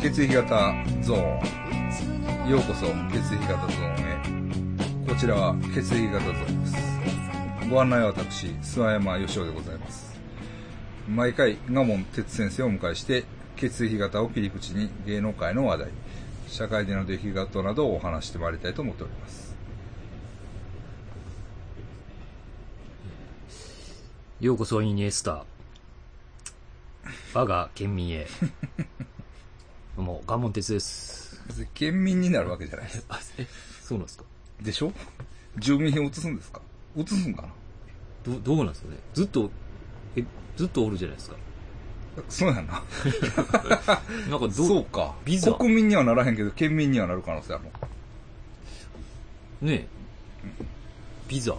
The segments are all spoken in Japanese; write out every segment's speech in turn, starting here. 血液型ゾーンようこそ血液型ゾーンへこちらは血液型ゾーンですご案内は私諏訪山義雄でございます毎回賀門哲先生をお迎えして血液型を切り口に芸能界の話題社会での出来事などをお話してまいりたいと思っておりますようこそイニエスタ我が県民 へどうも我門哲です別に県民になるわけじゃないですあえそうなんですかでしょ住民票移すんですか移すんかなどどうなんですかねずっとえずっとおるじゃないですかそうやななんかどそうかビザ国民にはならへんけど県民にはなる可能性あるのねえビザ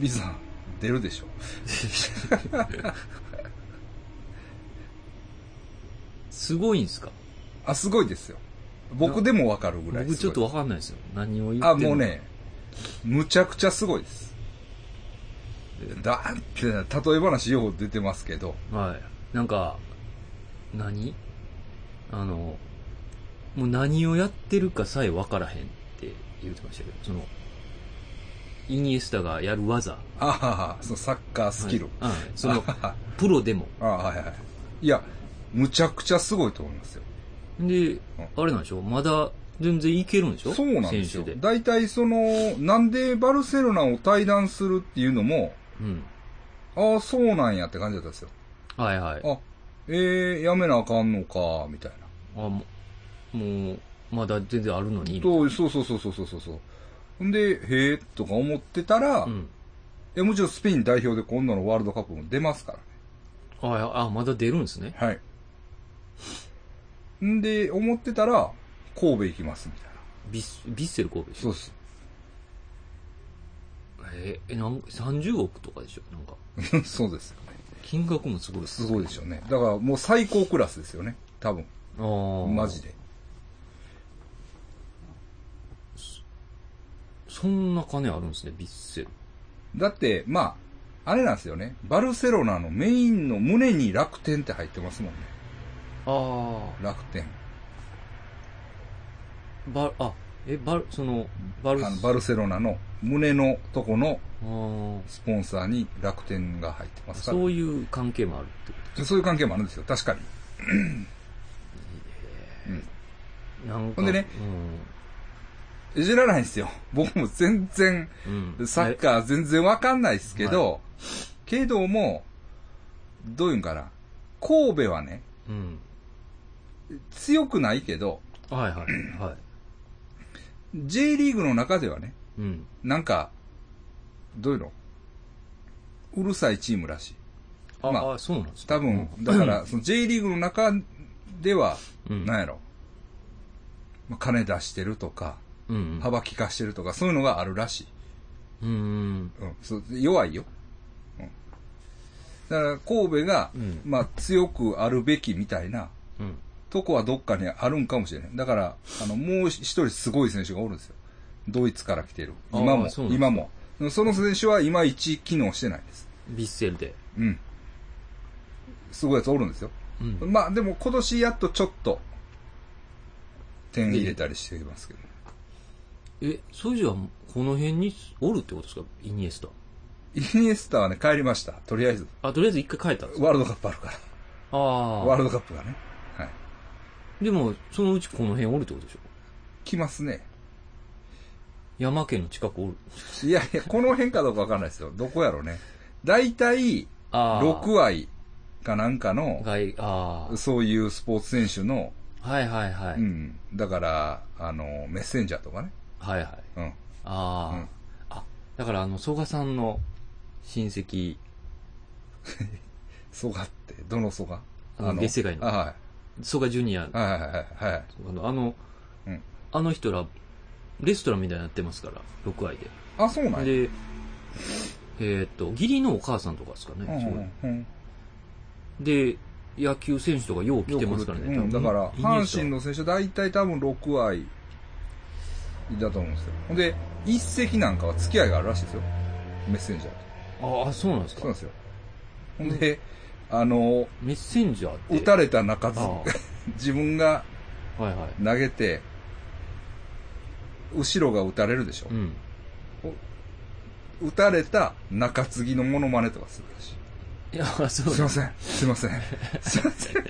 ビザ出るでしょすごいんですかあすごいですよ僕でもわかるぐらい僕ちょっすとごいわかんないですよ何を言ってんのあもうねむちゃくちゃすごいですだって例え話よう出てますけどはいなんか何あのもう何をやってるかさえわからへんって言ってましたけどそのイニエスタがやる技あははそのサッカースキル、はいはい そのあははプロでもあはいはいいやむちゃくちゃすごいと思いますよであれなんでしょまだ全然いけるんでしょそうなんですよ選手で、大体そのなんでバルセロナを退団するっていうのもうん、ああそうなんやって感じだったんですよはいはいあえー、やめなあかんのかみたいなあももうまだ全然あるのにみたいとそうそうそうそうそうそうそうんでへえとか思ってたら、なうんいやもちろんスペイン代表で今度のワールドカップも出ますからねああまだ出るんですねはいんで思ってたら神戸行きますみたいなビッビッセル神戸でしそょうっす えー、なん30億とかでしょなんかそうですよね金額もすごいすごいでしょうねだからもう最高クラスですよね多分あーマジでそんな金あるんですねビッセルだってまああれなんですよねバルセロナのメインの胸に楽天って入ってますもんねあ楽天あバあえバルそのバルあのバルセロナの胸のとこのあースポンサーに楽天が入ってますからそういう関係もあるってこそういう関係もあるんですよ、確かに。となんかほんでねいじらないんですよ。 僕も全然、うん、うん、サッカー全然わかんないですけど、けども、どういうんかな。神戸はね、うん。強くないけど、はいはい、はい。 J リーグの中ではね、うん。なんか、どういうのうるさいチームらしい。あ、まああ、そうなんですか多分、だから、その J リーグの中では、うんなんやろ。まあ金出してるとか、うん。うん。幅利かしてるとか、そういうのがあるらしい。うん。うん、そう弱いよ、うん、だから神戸が、うんまあ、強くあるべきみたいなうん。とこはどっかにあるんかもしれないだからあのもう一人すごい選手がおるんですよドイツから来てるあー今もそうなんですか今もその選手はいまいち機能してないですビッセルで。うんすごいやつおるんですよ、うん。まあでも今年やっとちょっと点入れたりしてますけどえ、そうじゃ、この辺におるってことですかイニエスタ。イニエスタはね帰りましたとりあえずあ、とりあえず一回帰ったんですかワールドカップあるからあワーあ。ルドカップがねはいでも、そのうちこの辺おるってことでしょ来ますね山県の近くおる。いやいや、この辺かどうかわかんないですよ。どこやろうね。大体、ああ。 6割かなんかの、外、あそういうスポーツ選手の、あ。はいはいはい。うん。だから、あの、メッセンジャーとかね。はいはい。うん。ああ、うんあ、だからあの、曽我さんの親戚、蘇我って、どの蘇我あの別世界のあは曽我ジュニアい。はいはいはいはい。あの、あの、うんあの人ら、レストランみたいになってますから、6愛で。あ、そうなんや。で、えーっと、義理のお母さんとかですかね。うんうんうんそうで、野球選手とかよう来てますからね。うん、だから、多分阪神。の選手、大体多分6割だと思うんですよ。ほんで、一席なんかは付き合いがあるらしいですよ。メッセンジャーと。ああ、そうなんですそうなかん。ですよ。ほんで、あの、メッセンジャーって。打たれた中津ああ自分がはいはい。投げて、後ろが打たれるでしょう。ん。打たれた中継ぎのモノマネとかするらしい。いや、そ うすいだま。せん、すいません。 すいません。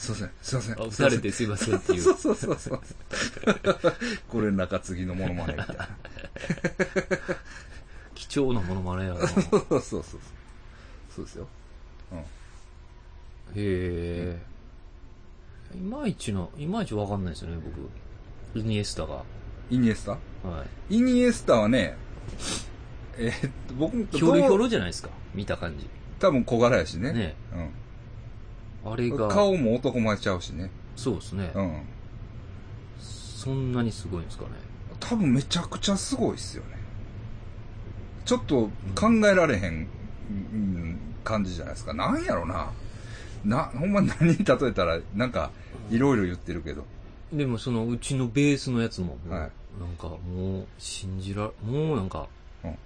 すいません、すいません。あ打たれてすいませんっていうそうそうそうそう。これ中継ぎのモノマネみたいな。貴重なものま ねやな。そうそうそうそう。そうですよ。うん。へえ。いまいちの、いまいちわかんないですよね、僕。イニエスタが。イニエスタはい。イニエスタはね、えーっと、僕もひょろひょどうろじゃないですか。見た感じ。多分小柄やしね。ねあれうん。が、顔も男前ちゃうしね。そうですね、うん。そんなにすごいんですかね。多分めちゃくちゃすごいっすよね。ちょっと考えられへん、うん感じじゃないですか。なんやろな。な、ほんま何に例えたら、なんか、いろいろ言ってるけど。でもそのうちのベースのやつももう、はいなんかもう信じら、もうなんか、うん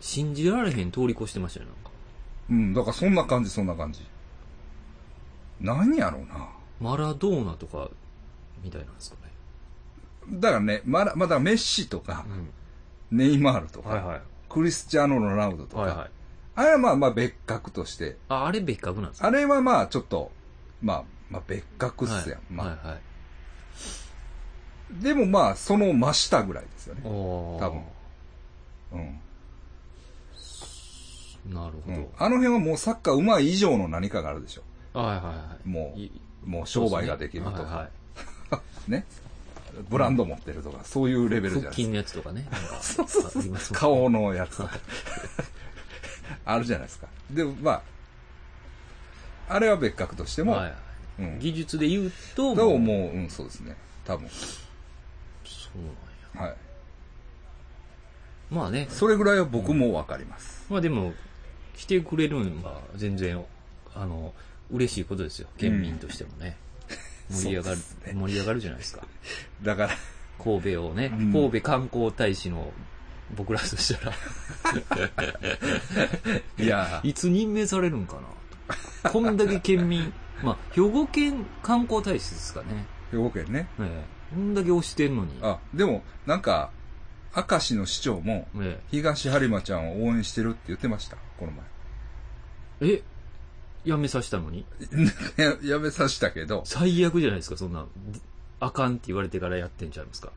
信じられへん通り越してましたよ、なんか。うん、だからそんな感じ、そんな感じ。何やろうな。マラドーナとか、みたいなんですかね。だからね、まだ、まだメッシとか、うネイマールとん。か、はいはい。クリスチャーノ・ロナウドとか、はいはい。あれはまあまあ別格として、あ、あれ別格なんですかあれはまあちょっと、まあ、まあ別格っすやん。まあ、はいはいはい。でもまあその真下ぐらいですよね。おー多分うん。なるうほん、あの辺はもうサッカー上手い以上の何かがあるでしょ。ど。はいはいはい。もういもう商売ができるとか、そうすねはいはいね。ブランド持ってるとか、そういうレベルじゃな腹いです筋のやつとかね。 なんかありますか。もん顔のや つ。あるじゃないですか。でもまあ、あれは別格としても、はいはうい。ん。技術で言うと、どうう。もう、うん、そうですね。多分。そうなんや。はい。まあね、それぐらいは僕もわかります。まあでも、来てくれるんは全然、あの、嬉しいことですよ。県民としてもね。盛り上がる、そうですね盛り上がるじゃないですか。だから、神戸をね、うん神戸観光大使の僕らとしたら、いや、いつ任命されるんかな。こんだけ県民、 まあ、兵庫県観光大使ですかね。兵庫県ね。ええ。こんだけ推してんのに。あ、でも、なんか、明石の市長も、え東播磨ちゃんを応援してるって言ってました、この前。 え。え、やめさせたのにややめさせたけど、最悪じゃないですか、そんな。あかんって言われてからやってんちゃいますか。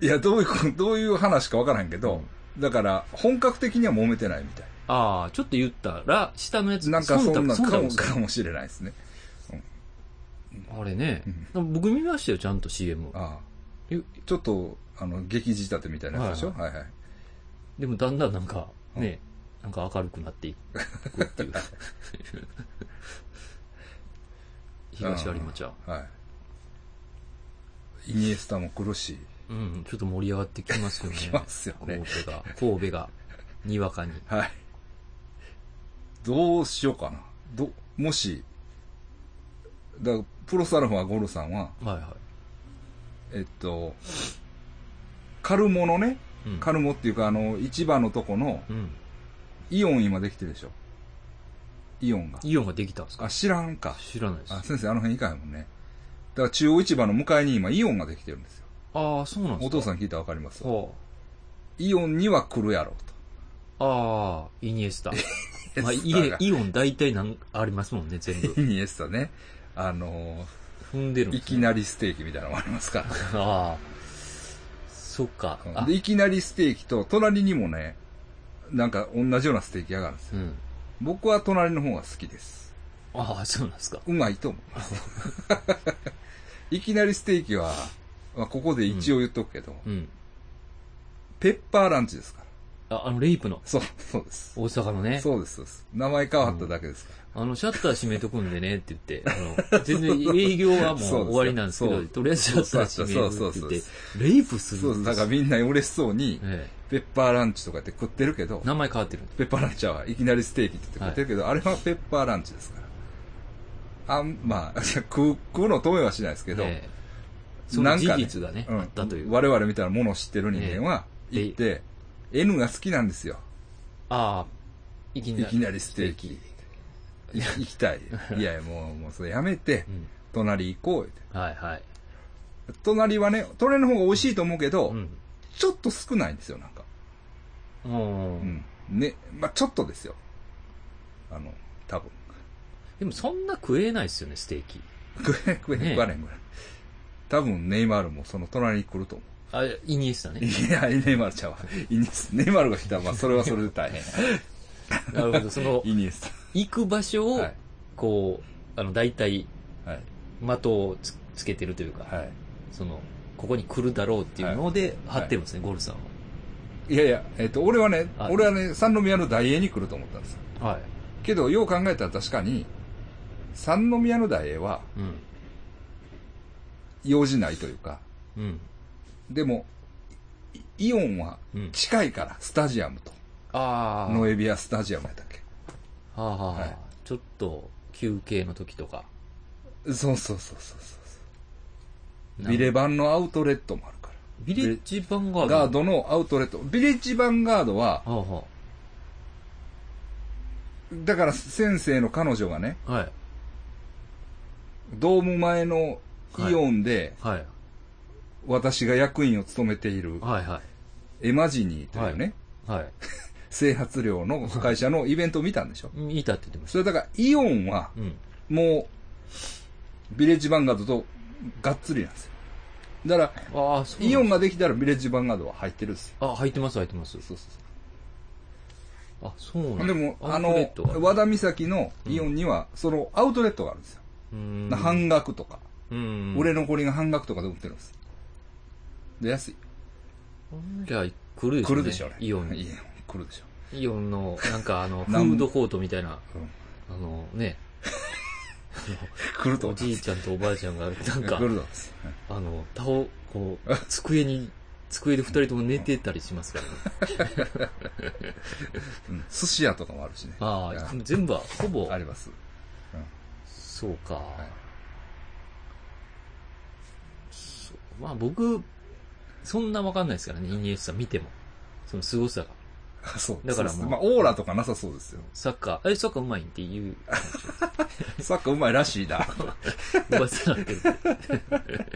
いや、どういう こ、どういう話かわからへんけど、だから、本格的には揉めてないみたい。ああ、ちょっと言ったら、下のやつなんかそんな忖度かも、忖度かもしれないですね。あれね、僕見ましたよ、ちゃんと CM。あえあちょっと、あの、劇仕立てみたいなやつでしょ、はい、はい、でもだんだんなんか、ね、なんか明るくなっていくって いう。東有馬ちゃん。はい。イニエスタも苦しい。うん、ちょっと盛り上がってきます よね。きますよね神戸が、神戸が、にわかに。はい。どうしようかな。ど、もし、だからプロサルファーゴルさんは、はいはえっと、カルモのね、い。うん。カルモっていうか、あの、市場のとこの、うん。イオン今できてるでしょ。イオンが。イオンができたんですかあ、知らんか。知らないです。あ、あ先生、あの辺行かへんもんね。だから中央市場の向かいに今イオンができてるんですよ。あー、そうなんですおか父さん聞いたらわかりますよ。はイオンには来るやろうと。あ、ああ、イニエスタ。まあ、イニエイスタエがイオン大体なんありますもんね、全 部。イニエスタね。あの踏んでるんー、でいすきねなりステーキみたいなのもありますから。ああ。そっか。うんあで、いきなりステーキと、隣にもね、なんか同じようなステーキ屋があるんですよ。うん。僕は隣の方が好きです。ああ、そうなんですか。うまいと思い ます。いきなりステーキは、まあ、ここで一応言っとくけど、うん。ペッパーランチですから。あ、あの、レイプの。そう、そうです。大阪のね。そうです、そうです。名前変わっただけですかあの、シャッター閉めとくんでねって言って、あの、全然営業はもそううです終わりなんですけそど、うとりあえずシャッター閉めそうるっそうてそ言うっそうて、レイプすら。るそうです。だからら、みんな嬉しそうに、えペッパーランチとかって食ってるけどえ、名前変わってるんペッパーランチはいきなりステーキって言って食ってるけど、あれはペッパーランチですから。あん、まあ、 食う、食うの止めはしないですけど、ええその事実がね、なんあかったという。我々みたいなものを知ってる人間は、ええ行って、N が好きなんですよ。ああ、いきいなきり。なりステーキ。い行き たい。いやいや、もう、もうそれやめてう、ん。隣行こうよって。はいはい。隣はね、隣の方が美味しいと思うけど、うん。ちょっと少ないんですよ、なんか。うんうん。ね、まあちょっとですよ。あの、多分。 でもそんな食えないっすよね、ステーキ。食え、食え、ねえ食われへんぐらい。多分、ネイマールもその隣に来ると思う。あ、イニエスタね。いや、ネイマールちゃうわ。イニエスネイマールが来たら、まあ、それはそれで 大変。なるほど。その、イニエス行く場所をはい、こう、あの、大体、タ。はい。的をつつけてるというか、はその、ここに来るだろうっていうので、張ってるんですね、ゴルさんい。いやいや、えっ、と、俺はね、はい俺はね、三宮の大英に来ると思ったんですよ。は。はい。けど、よう考えたら確かに、三宮の大英は、うん。用事ないというか、うん。でも、イイオンはうん。近いから、スタジアムと。ああ。ノエビアスタジアムやったっけはあ、はあはいちょっと、休憩の時とか。そうそうそうそうそう。なんかビレバンのアウトレットもあるから。ビレッジヴァンガード。ガードのアウトレット。ビレッジヴァンガードは、はあ、はだから先生の彼女がね、あ。はい。ドーム前のイオンで、はい。私が役員を務めている、はい、はエマジニーというね、い。はい。整髪料の会社のイベントを見たんでしょ。見たって言ってましそれだから、イオンは、た。うん。もう、ビレッジヴァンガードとがっつりなんですよ。だから、ああ、そうなんイオンが。ができたらビレッジヴァンガードは入ってるんですよ。あ、入ってます、入ってます。そうそうそう。あ、そうなんでだも、アあウトレッのトが、和田岬のイオンには、そのアウトレットがあるんですよ。うん半額とか。うん。売れ残りが半額とかで売ってるんです。で、安い。じゃあ、来るでしょ、ね。来るでしょうね。イオインに。オン来るでしょイオンの、 なんかあの、フなんードコートみたいな、う。うんあのね、来るとお思いじまいす。ちゃんとおばあちゃんが、なん来るか と、思います。はいあの、倒、こう、机に、机で二人とも寝てたりしますからね。うん寿司屋とかもあるしね。ああ、全部は、ほぼあ、ります。そうか。はいそうまあ僕、そんなわかんないですからね、イニエスタ見ても。その凄さが。あそう。だからそもううですまあ、オーラとかなさそうですよ。サッカー、え、サッカーうまいんっていう、サッカーうまいらしい な。噂になってる。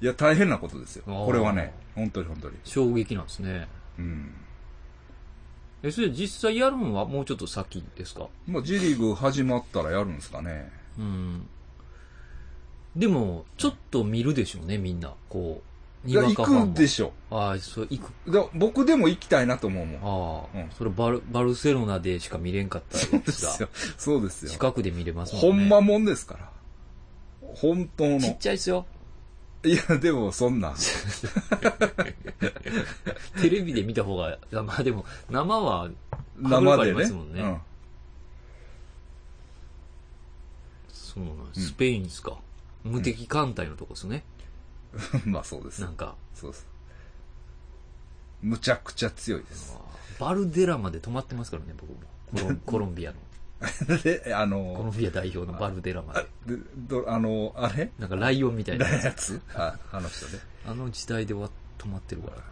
いや、大変なことですよ。あーこれはね、本当に本当に。衝撃なんですね。うん。え、それ実際やるのはもうちょっと先ですかもう J リーグ始まったらやるんですかね。うん。でも、ちょっと見るでしょうね、みんな。こう、いや行もくでしょ。ああ、そう、行く。だ僕でも行きたいなと思うもん。あうあ、んそれバル、バルセロナでしか見れんかったそうやでつすがよ、。そうですよ。近くで見れますもんね。ほんまもんですから。本当の。ちっいちゃいっすよ。や、でもそん な。テレビで見た方が、あまあでも、生は、迫力あ生りでまね。すもんねうんそうなんうんスペインですか。無敵艦隊のとこですね。 まあそうですな。んか、そうです。むちゃくちゃ強いであす。ーバルデラまで止まってますからね、僕も。コ ロンコロンビアの。で、あコロの、ンビア代表のバルデラまで。でどあの、あれなんかライオンみたいな。やつあ、あの人ね。あの時代では止まってるからな。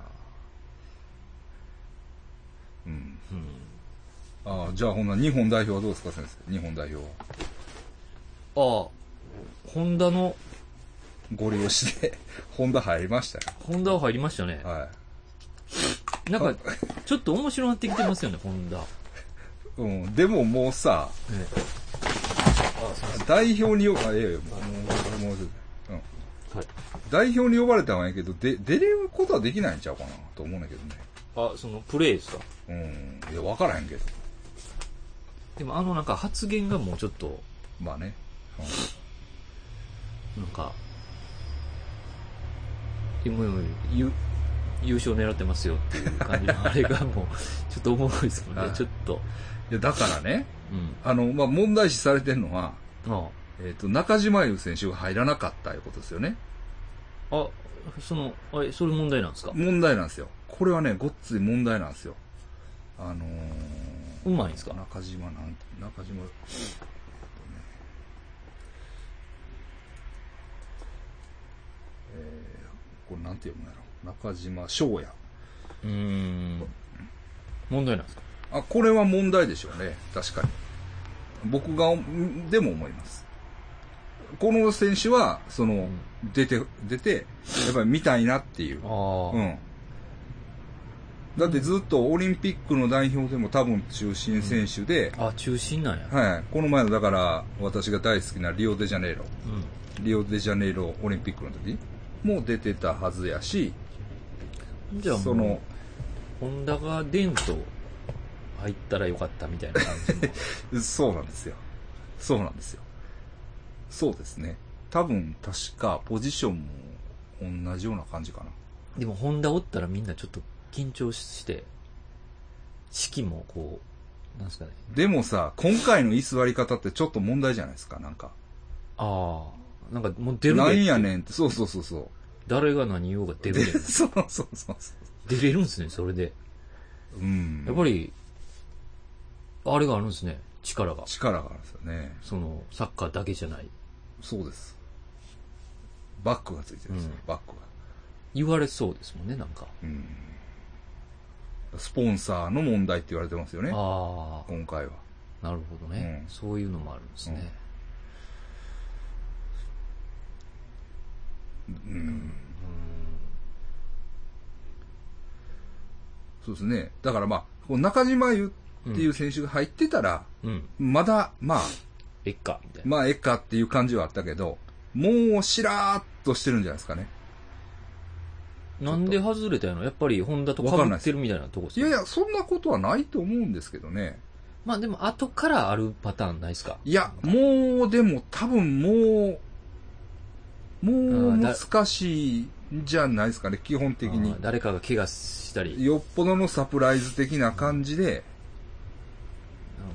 うん。うん。ああ、じゃあほんなら日本代表はどうですか、先生。日本代表は。ああ、ホンダの、ご利用して、 ホンダ入りましたよ。ホンダは入りましたね。はなんか、ちょっと面白なってきてますよね、ホンダ。ねい。うん。でももうさ、あすいま代表に呼ば、あええよ、もう、もう、もう、うん。せ代表に呼ばれたんはええけど、で、出れることはできないんちゃうかな、と思うねんだけどね。ん。はい。あ、その、プレイですかうん。いや、わからへんけど。でもあのなんか発言がもうちょっと、まあね。うんなんか、今より優優勝狙ってますよっていう感じのあれがもう、ちょっとおもろいですもんねは。いちょっと。いや、だからね、うん。あの、まあ、問題視されてるのは、あえっ、と、中島優選手が入らなかったいうことですよね。あ。あ、その、あれ、それ問題なんですか問題なんですよ。これはね、ごっつい問題なんですよ。あのうー、まいんですか中島なんて、中島、えーこれなんて読むんやろ。中島翔也。うーん。問題なんですかあ、これは問題でしょうね。確かに。僕が、んでも思います。この選手は、その、出て、出て、やっぱり見たいなっていう。ああ、うん。だってずっとオリンピックの代表でも多分中心選手で、あ、中心なんや。はい。この前のだから、私が大好きなリオデジャネイロ。うん。リオデジャネイロオリンピックの時も出てたはずやし、じゃあもう、その、ホンダが出んと入ったらよかったみたいな感 じの。そうなんですよ。そうなんですよ。そうですね。多分、確か、ポジションも同じような感じかな。でもホンダおったらみんなちょっと緊張して、式もこう、なんすかね。でもさ、今回の居座り方ってちょっと問題じゃないですか、なんか。ああ、なんかもう出るでなんやねんって、そうそうそうそう。誰が何言おうが出るででそうそうそうそ出れるんですね、それで。う。うん。やっぱり、あれがあるんですね、力が。力があるんですよね。その、サッカーだけじゃない。そうです。バックがついてるんですよ、うバックが。言われそうですもんね、なんか。うん。スポンサーの問題って言われてますよね、あ今回は。あ、なるほどね、うんそういうのもあるんですね。うん。そうですね。だからまあ、こう中島優っていう選手が入ってたら、うん。まだ、まあ、えっか、みたいな。まあ、ええかっていう感じはあったけど、もうしらーっとしてるんじゃないですかね。なんで外れたんやろやっぱりホンダとわかん被ないっですてるみたいなとこっすいねやいや、そんなことはないと思うんですけどね。まあでも後からあるパターンないですかいや、もう、でも多分もう、もうあーだ難しいんじゃないですかね、基本的にあー。誰かが怪我したり。よっぽどのサプライズ的な感じで、なる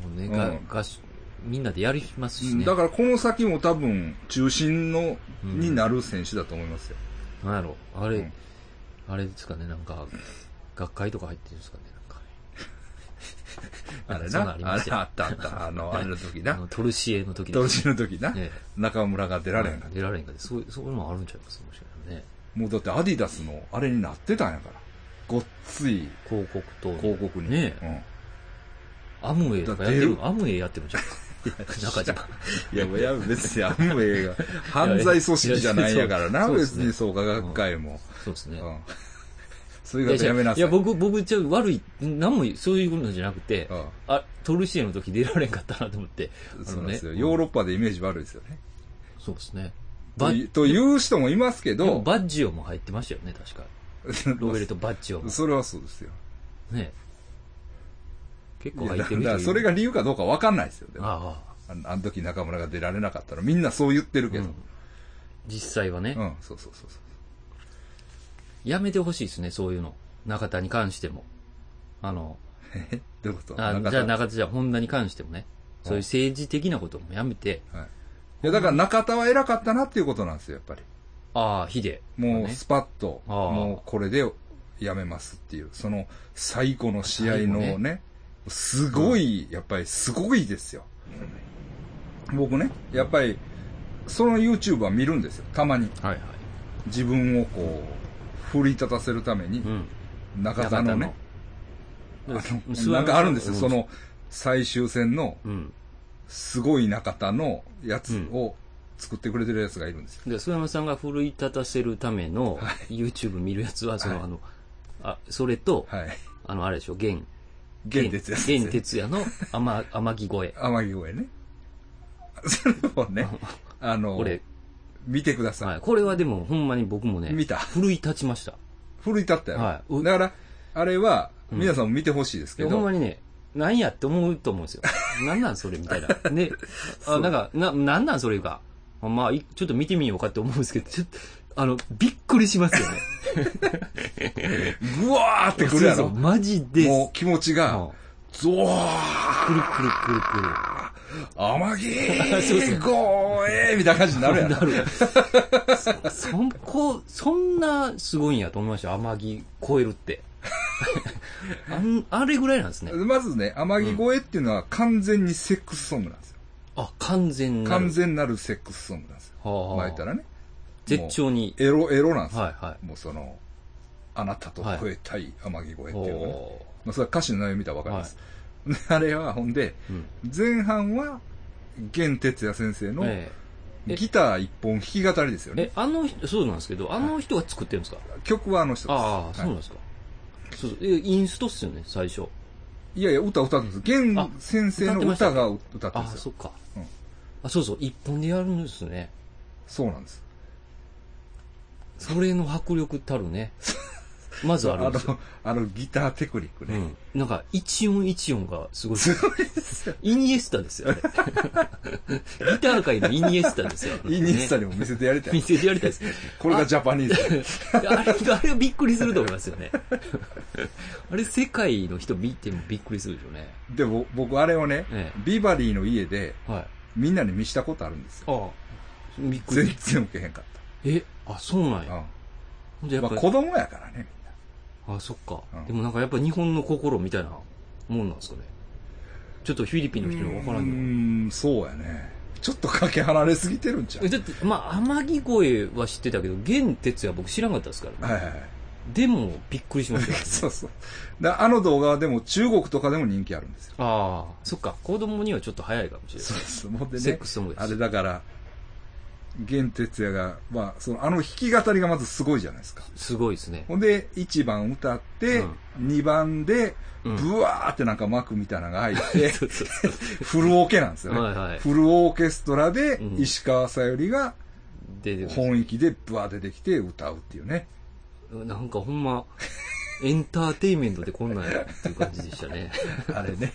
ほどね。うんが、がし、みんなでやりますしね。だからこの先も多分中心の、うんになる選手だと思いますよ。なんやろあれ、うんあれですかね、なんか、学会とか入ってるんですかね、な あんか。れそなん、んありあまれしたあよったあった、あの、あれの時あなの、。トルシエの時当シ時の時な、え中村が出出られへんかった出られんかで、そう、そういうのもあるんちゃいますもしかしたらね。もうだってアディダスのあれになってたんやから。ごっつい広告と、広告に。ねアムウェイとかやってだっるてアムウェイやってるんちゃうか中島。うん。いや、いや別にアムウェイが犯罪組織じゃないんやからな、いやいや別そうに創価学会も。そうですうね。ん。そういうことやめなさい。いや、僕、僕、ちょ、悪い、何も、そういうのじゃなくて、うん。あ、トルシエの時出られんかったなと思って。あそうのなんですよ。ねヨーロッパでイメージ悪いですよね。そうですね。とバいッ、という人もいますけでもど、バッジオも入ってましたよね、確か。ロベルト・バッジオ も。それはそうですよ。ね結構い入やってみだたからそれが理由かどうかわかんないですよ。でもあああ、のあの時中村が出られなかったのみんなそう言ってるけうど。ん。実際はねう、ん、そうそうそうそう。やめてほしいですね、そういうの。中田に関しても。あの、えどういうことあ中田じゃあ中田じゃあ本田に関してもね、そういう政治的なこともやめて、はい。いや、だから中田は偉かったなっていうことなんですよ、やっぱり。ああ、ヒデ。もうねスパッと、あーもうこれでやめますっていう、その最後の試合の最ね、後すごい、やっぱりすごいですよ。僕ね、やっぱり、その YouTube は見るんですよ、たまに。はいはい。自分をこう、奮い立たせるためにう、ん。中田のね、あ中田の。のなんかあるんですよ、うその最終戦のうん。すごい中田のやつを作ってくれてるやつがいるんですよ。で、菅山さんが奮い立たせるためのは YouTube 見るやつは、その、はいあの、あ、それと、はい。あの、あれでしょ、現、現哲也先生。現哲 也の天、天城越え。天城越えね。それを ね、あの、これ、見てください。はい。これはでも、ほんまに僕もね、見た奮い立ちました。奮い立ったよ。はいうだから、あれは、うん皆さんも見てほしいですいけやど、ほんまにね、なんやって思うと思うんですよ。 なんなんそれみたいな。 ね、あ、なんか、な、なんなんそれが。まあ、いちょっと見てみようかって思うんですけど、ちょっと、あの、びっくりしますよね。 ぐわーってくるやそろ。うそうマジで。もう気持ちうんが、ゾワくるくるくるくる。ー天 そうそう城ゴーえーみたいな感じにな るやろ。そそんこそんなすごいんやと思いました天城超えるって あんあれぐらいなんですねまずね、天城越えっていうのは完全にセックスソングなんですよ。あ完全なる完全なるセックスソングなんですよ。はあはあまあ言ったらね。絶頂にエロ、エロなんですよ。はいはもうその、あなたと超えたい天城越えっていいうのね。おまあ、それは歌詞の内容見たらわかります。 あれは、ほんで、うん前半は、玄哲也先生のええギター一本弾き語りですよえね。えあの人そうなんですけどあの人が作ってるんですか、曲はあの人です。ああそうなんはですか、そうそうえインストっすよね最初い、いやいや、歌歌ってます。あ玄先生の歌が歌ってあまあすそよ。っか、うんあそうそう一本でやるんですねそうなんです。それの迫力た るねまずあるんですよの、あのギターテクニックね。うん、なんか一音一音がすごいすごいですよ。イニエスタですよ、 ね、ギター界のイニエスタですよ。 イニエスタねにも見せてやりた見い。せてやりたいです。これがジャパニーズ。あれ、あれはびっくりすると思います よね。あれ、世界の人見てもびっくりするでしょうね。でも僕あれをね、えビバリーの家でえ。はい。あみんなに見したことあるんですよ。あ。びっく全り。然受けへんかっえ、あ、そうなんた。うや。ほんんで、やまっあぱり、子供やからね。あ、そっかう。んでもなんかやっぱ日本の心みたいなもんなんですかね。ちょっとフィリピンの人にはわからんうけど。ーん、そうやね。ちょっとかけ離れすぎてるんちゃえだって、まあ、天城声は知ってたけど、玄哲也僕知らなかったですからうね。はいはい はい。でも、びっくりし ましたよね。そうそう。だあの動画はでも中国とかでも人気あるんですよ。ああ、そっか、子供にはちょっと早いかもしれない。そうそう。もうでセッねク、スソングであすれ。だから、玄哲也が、まあ、その、あの弾き語りがまずすごいじゃないですか。すごいですね。ほんで、1番歌って、うん2番で、うんブワーってなんか幕みたいなのが入って、 そうそうそうフルオケなんですよね。はいはいフルオーケストラでう、ん石川さゆりが出てく本域でブワー出てきて歌うっていうね。る。なんかほんま、エンターテインメントでこんなんやっていう感じでし たね。あれ ね。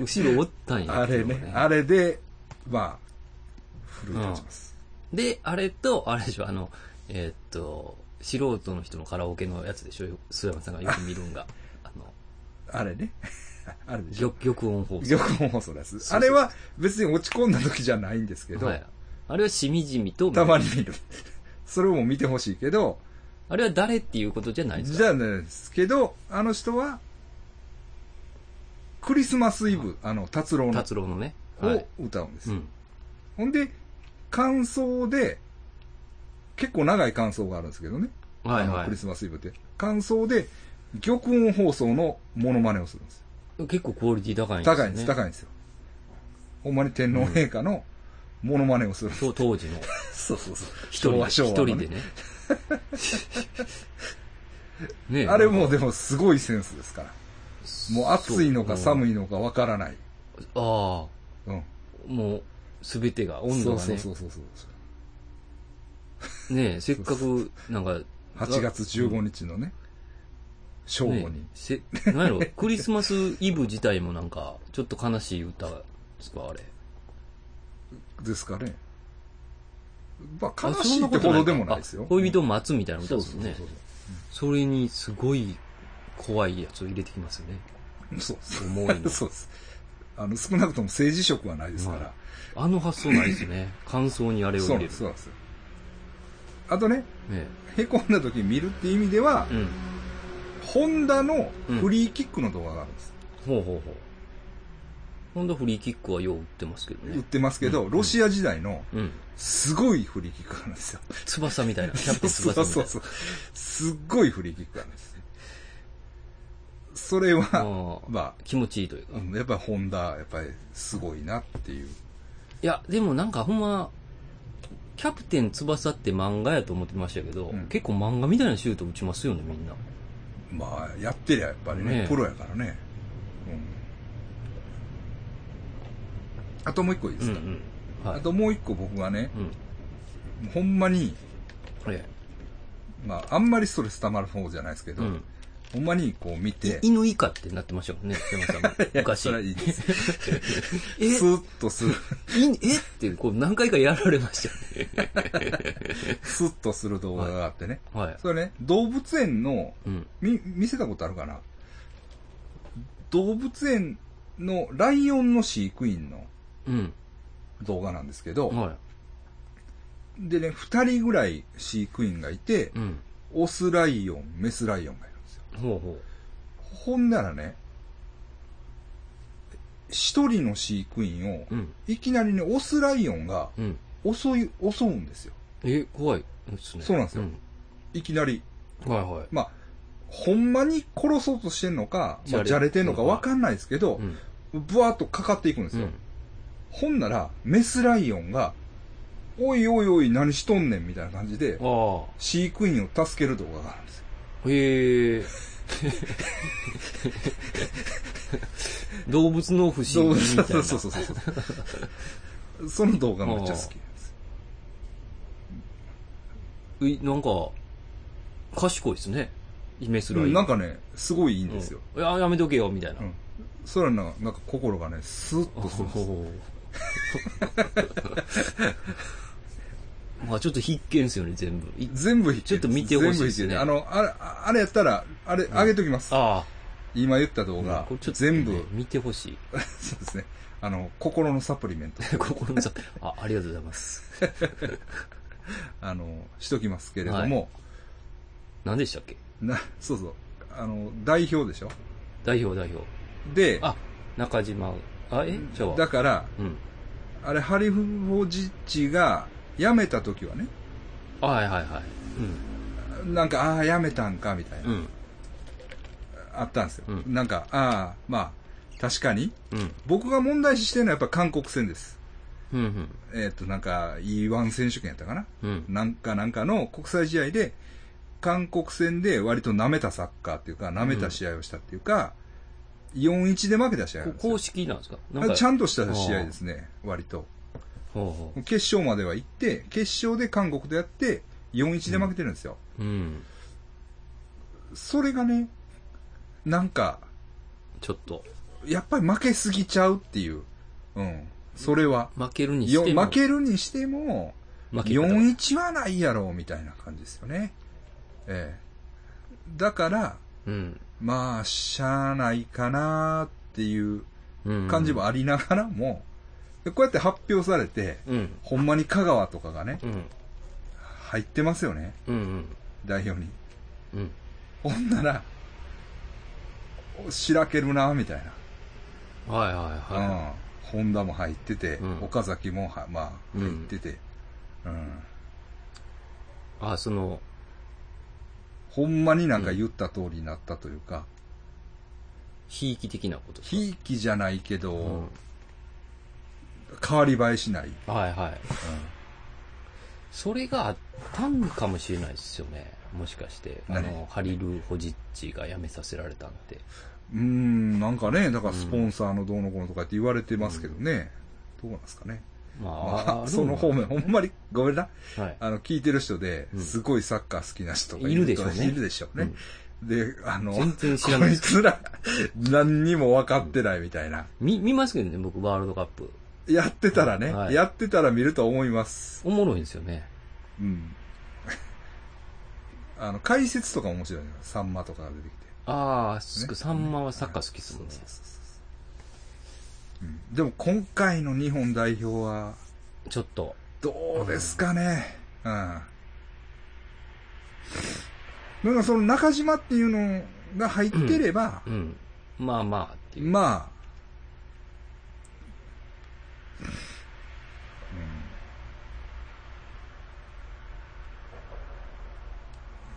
後ろおったんやあっていれうのがね。あれで、まあ、フルに立ちます。で、あれと、あれでしょ、あの、えーっと、素人の人のカラオケのやつでしょ、須山さんがよく見 るんが。あの、あれね。 あれでしょ。玉玉音放送。玉音放送です。そあうそうれは別に落ち込んだ時じゃないんですけど、はい。あれはしみじみと、たまに見る。それも見てほしいけど、あれは誰っていうことじゃないですじか。ゃあね、ですけど、あの人は、クリスマスイブ、あの、達郎の達郎のね。はをい。歌うんですうよ。ん。ほんで、感想で、結構長い感想があるんですけどね。はいあのはクリスマスイブって。感想で、玉音放送のモノマネをするんですよ。い。結構クオリティ高いんですよね。高いんです、高いんですよ。ほんまに天皇陛下のモノマネをするんです。当当時のそうそうそう。昭一人で和昭和の一人でね ねえあれもうでもすごいセンスですから。もう暑いのか寒いいのかわからない。ああうん。もう全てが温度がそねうそうそうそうそう。ねえせっかくなんか8月15日のね、正午ねにえ。せなんやろ クリスマスイブ自体もなんかちょっと悲しい歌ですかあれですかね。まあ、あ悲そしんいなってとほどないかでもないですよあ。恋人を待つみたいな歌ですよねそうそれにすごい怖いやつを入れてきますよねそうそう重いそのう。そうです。あの、少なくとも政治色はないですから。あの発想ないですね 感想にあれをそうな入んれでるす、そうなんです。あとね、ねへこんだ時に見るっていう意味ではえ、うんホンダのフリーキックの動画があるんです。ほうほうほう。ホンダフリーキックはよう売ってますけど売っね。てますけうど、んロシア時代のうん。すごいフリーキックがあるんですよ。翼みたいな。キャプテそンうそう翼みたそそいうう。すっごいフリーキックがあるんです。それな。は、ああま気持ちいいというか。あ、ういんやっぱりホンダ、やっぱりすごいなっていう。や、でもなんかほんま、キャプテン翼って漫画やと思ってましたけど、うん結構漫画みたいなシュート打ちますよね、みんな。まあ、やってりゃやっぱりね、ねえプロやからね。うん。あともう一個いいでうすんうか、ん。はあい。ともう一個僕がね、うん。ほんまに、えまあ、あんまりストレス溜まる方じゃないですけえ。うど、ん。ほんまにこう見て、犬以下ってなってましたもんね、山さんも昔。 それはいいです。え、スーッとする、いえって、こう何回かやられましたよね。スッとする動画があってね。はい。それね、動物園の、うん。み、見せたことあるかな動物園のライオンの飼育員のうん。動画なんですけど、はでね、二人ぐらい飼育員がいてい。、うん。オスライオン、メスライオンがいるんですよ。ほうほう。ほんならね、一人の飼育員を、うん。いきなりね、オスライオンがうん。襲い、襲うんですよ。え、怖いですね。そうなんですよいきなり。うんはいはい。まあ、ほんまに殺そうとしてんのか、まあ、じじゃゃれれてんのかわかんないですけど、うんブワーッとかかっていくんですよ。ほんなら、メスライオンが、おいおいおい、何しとんねんみたいな感じで、あ飼育員を助ける動画があるんですよ。あ。へえ。 動物の不そ思う議みそたういな。そうそうそう。その動画めっちゃ好きです。いなんか、賢いですね。イメスライオン。うんなんかね、すごいいいんですよ。うん。いや、やめとけよ、みたいな。うんそれはなんかなんか心がね、スーッとするんですよ。おーまあちょっと必見ですよね、全部。い全部引けちょっと見てほしいですね全部引けあの、あれ、ああれやったら、あれ、あげときます。あ今言ったあ、動うん画これ、ちょっとね、全部、 見てほしい。 そうですね。あの、心のサプリメント、心のさ、あ、ありがとうございます。あの、しときますけれども、何でしたっけな、そうそう。あの、代表でしょ代表代表。で、あ、中島、あ、えじゃだあ、から、うん。あれ、ハリフォジッチが辞めた時はね、あはいはいはい。なんか、ああー、辞めたんか、みたいな、うん。うん。あったんですよ。うんなんか、ああ、まあ、確かに、うん。僕が問題視してるのはやっぱ韓国戦です。うん。うん。えっ、と、なんか、E1 選手権やったかなうん。なんかなんかの国際試合で、韓国戦で割と舐めたサッカーっていうか、舐めた試合をしたっていうか、4-1で負けた試合なんこですよ公式なんですかなんか、ちゃんとした試合ですね、割と。ほうほ決勝までは行って、決勝で韓国とやって、4-1で負けてるんですよ。う。うん。それがね、なんか、ちょっと、やっぱり負けすぎちゃうっていう。うん。それは。負けるによしても、負けるにしても、負け方が4-1はないやろ、みたいな感じですよね。ええ。だから、うん。まあ、しゃあないかなっていううん。感じもありながらも、でこうやって発表されて、うん。ほんまに香川とかがね、うん。入ってますよね、うん。うん。代表に。うん。ほんなら、おしらけるな、みたいはいはいな。はい。うん。本田も入ってて、うん岡崎もは、まあ、うん入ってて、うん。あ、その、ほんまになんか言った通りになったというか、ひいき的なこと。ひいきじゃないけど、うん。変わり映えしない。はいはい。それがあったんかもしれないですよね。もしかして。あの、何ハリル・ホジッチが辞めさせられたんて。うーん、なんかね、だからスポンサーのどうのこうのとかって言われてますけどね。どうなんですかね。まあ、まああ、るその方面、ほんまに、ごめんな。はい。あの、聞いてる人でう、んすごいサッカー好きな人がいるでしょうねいるでしょうね。で、あの、全然知らないこいつら、何にも分かってないみたいな。み、見ますけどね、僕、ワールドカップ。やってたらね、はいやってたら見ると思います。おもろいんですよね。うん。あの、解説とか面白いね。サンマとかが出てきて。ああ、すねサンマはサッカー好きですもんねそう。そうそうそううんでも今回の日本代表は、ちょっと。どうですかね。うん。なんかその中島っていうのが入ってればう、ん。まあまあっていう。まあ、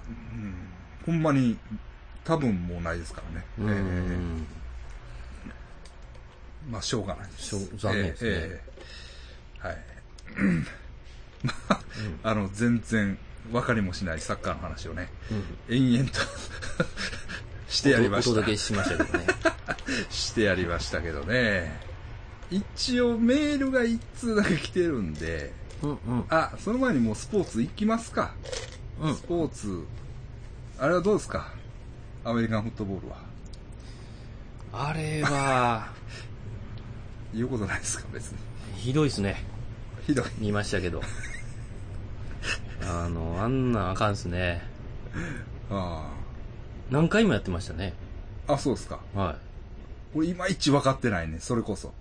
うんうん、ほんまに多分もうないですからね。うええん。まあ、しょうがないです。しょう残念ですねえはい。 まあ、あの、全然、分かりもしないサッカーの話をね、うん延々と してやりまおし届けた。しましたけどね。してやりましたけどね。一応、メールが一通だけ来てるんで、うんうん。あ、その前にもうスポーツ行きますか。うんスポーツ、あれはどうですかアメリカンフットボールは。あれは、言うことないですか、別に。ひどいですね。ひどい。見ましたけど。あの、あんなんあかんっすね。あ何回もやってましたね。あ。あ、そうですか。は俺いまいち分かってないね、それこそ。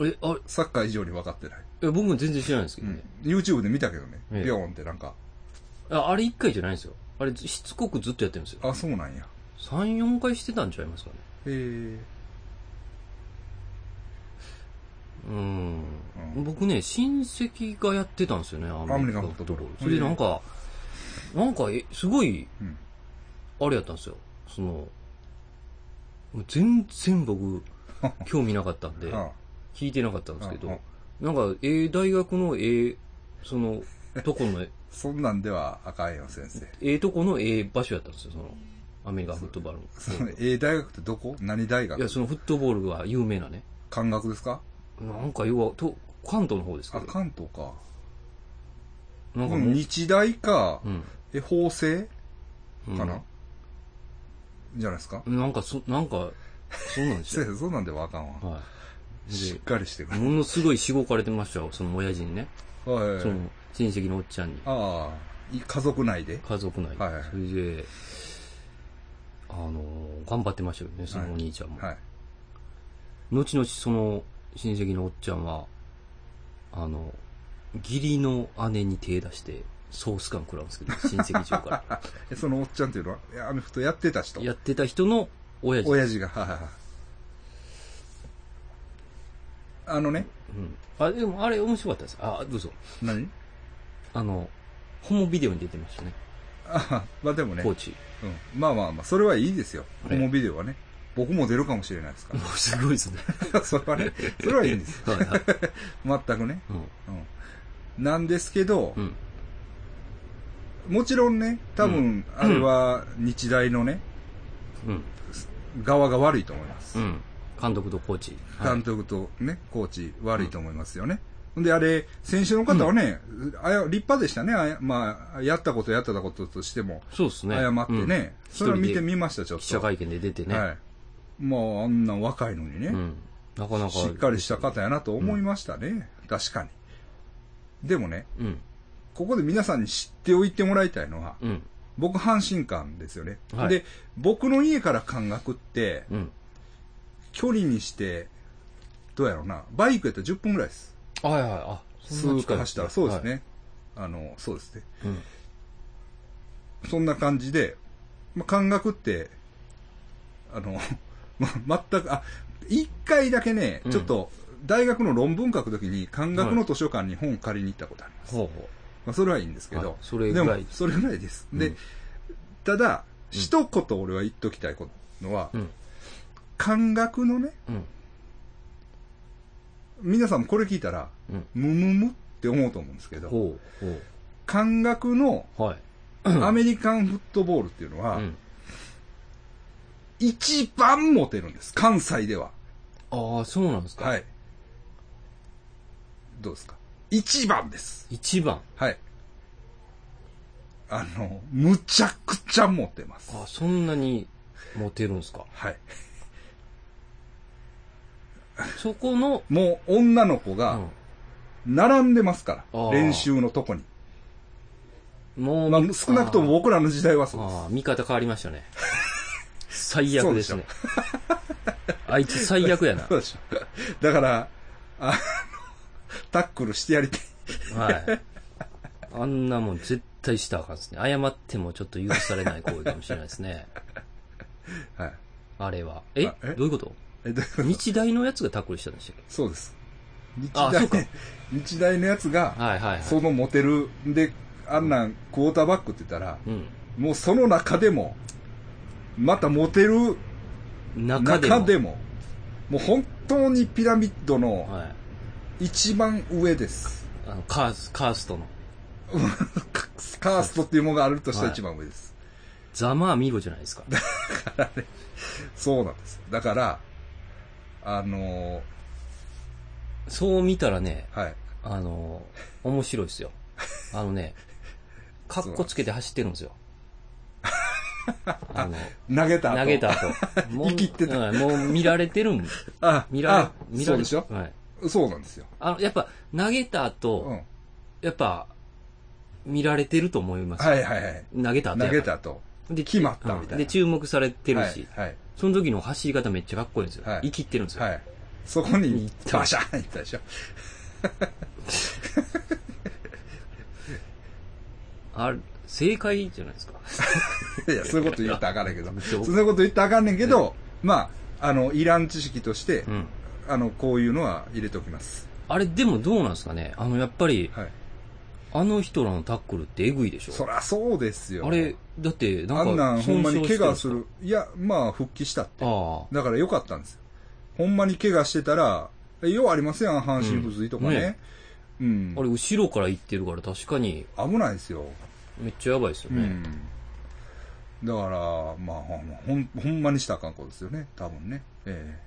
い。え、あれ、サッカー以上に分かってない。え僕も全然知らないんですけうどんね。。 YouTube で見たけどね。ビええョーンってなんか。ああれ一回じゃないんですよ。あれ、しつこくずっとやってるんですよ。あ、そうなんや。 3、4回してたんちゃいますかね。へえ。うーんうん僕ね、親戚がやってたんですよね、アアメメリリカカンンフフッットトボボーール。ルそれでなんか、なんか、え、すごい、うん。 あれやったんですよ。その、全然僕、興味なかったんで、は聞いてなかったんですけど、うんなんか、ええ大学のええその、とこの、 えそんなんではあかんよ、先生。えとこのええ場所やったんですよ、その、アメリカンフットボールの。その、 ええ大学ってどこ何大いや、学そのフットボールが有名なね。漢学ですかなんか要は、と、関東の方ですけあ、ど。関東か。なんかう、もうん日大か、うん。え、法政うんかな、じゃないですか、なんか、そ、なんか、そうなんです先よ。生、そんなんではあかんわ。はい。しっかりしてくで、れ。ものすごいしごかれてましたよ、その親父にね。はい。その、親戚のおっちゃんに。ああ、い家族内で家族内で。はいそれで、あのー、頑張ってましたけどね、そのお兄ちゃんも。はい。後々その親戚のおっちゃんは、あの、義理の姉に手出して、ソース感食らうんです けど、親戚中かえ、そのおっちゃんっていうのは、えアメフトやってた人ら。やってた人の親父。親父が、はいはいはい。あのね、うん。あ、でもあれ面白かったです。あ、どうぞ。何 あの、ホモビデオに出てましたね、あまあでもね、コーチ。うん、まあまあまあ、それはいいですよ。はホいモビデオはね。僕も出るかもしれないですかもうすごいですね。ら。 それはね、それはいいんです。 はいはい。全くね。うん。なんですけどう、ん。もちろんね、多分、あれは日大のね、うん。側が悪いと思いますう。ん。監督とコーチ。はい監督とね、コーチ悪いと思いますよね。ほんで、あれ、選手の方はね、あや立派でしたね。あやまあ、やったことやってたこととしても、そうですね。謝ってね。うんそれを見て一人でみました、ちょっと。記者会見で出てね。はい。まあ、あんな若いのにね、うん。なかなか。しっかりした方やなと思いましたね。確かに。でもね、うん。ここで皆さんに知っておいてもらいたいのは、うん。僕、阪神間ですよね。はいで、僕の家から感覚って、うん。距離にして、どうやろうな、バイクやったら10分ぐらいです。はいはい。あ、スーッと走ったら、そうですね。。あの、そうですね。うん。そんな感じで、まあ、感覚って、あの、 ま、全く、あ、一回だけね、うんちょっと、大学の論文書くときに、感覚の図書館に本を借りに行ったことあります。ほうほまあ、それはいいんですけど、はいそれぐらいでも、それぐらいです。う。で、うんただ、一言俺は言っときたいのは、うん。感覚のね、うん。皆さんもこれ聞いたら、うん。ムムムって思うと思うんですけど、ほうほ感覚 のう。はい。アメリカンフットボールっていうのは、うん。一番モテるんです。関西では。ああ、そうなんですか。。はいい。どうですか一番です。一番。はい。あの、むちゃくちゃモテます。あそんなにモテるんですか。はい。そこの、もう女の子うがん。並んでますかあら、ー練習のとこに。もう、まあ、少なくとも僕らの時代はそうです。ああ、見方変わりまし たね。最悪ですね。あいつ最悪やな。 そうでしょ。だから、あの、タックルしてやりたい。はい。あんなもん絶対したらあかんですね。謝ってもちょっと許されない行為かもしれないですね。はい。あれは。えあえどういうことえどういうこと日大のやつがタックルしたんでしたっそうです。日あそう大か、日大のやつがけ、はいはいはい。そのモテる、で、あんなん、クォーターバックって言ったら、うん。もうその中でも、またモテる中でも。中でも、もう本当にピラミッドのはい。一番上です。あの、カース、カーストの。カカーストっていうものがあるとしたら一番上です。ざまあ見ろじゃない ですか。そうなんです。だから、あのーそう見たらね、はい。あの、面白いですよ。あ のね、カッコつけて走ってるんですよ。あの、投げた後。投げた。 後。もう生きてたうんもう見られてるん。あ、見らあれ、見そられうでしょはい。そうなんですよ。あの、やっぱ、投げた後、うん。はいやっぱ、見られてると思います。はいはい。投げた後投やから。げた後。で、決まったみたいなうんで、注目されてるはいし、はい。その時の走り方めっちゃかっこいいんですよ。はい生きってるんですよ。はい。そこに行っ、たバシャーンいったでしょ。あれ、正解じゃないですか。いや、そういうこと言ったらあかんねんけそど。うそういうこと言ったらあかんねんけど、まあ、あの、イラン知識として、うん。あの、こういうのは入れておきます。あれ、でもどうなんですかねあの、やっぱり、はい。あの人らのタックルってエグいでしそょらそうですよ。あれ、だって、なあんんなか、んほんまに損傷怪してるん我ですすか。る。いや、まあ、復帰したって。ああ。だから良かったんですよ。ほんまに怪我してたら、ようありますやん、半身不随とかうんねね。うん。あれ、後ろから行ってるから確かに危ないですよ。めっちゃやばいですようね。ん。だから、まあ、ほんほんほんまにしたらあかんことですよね、多分ね。え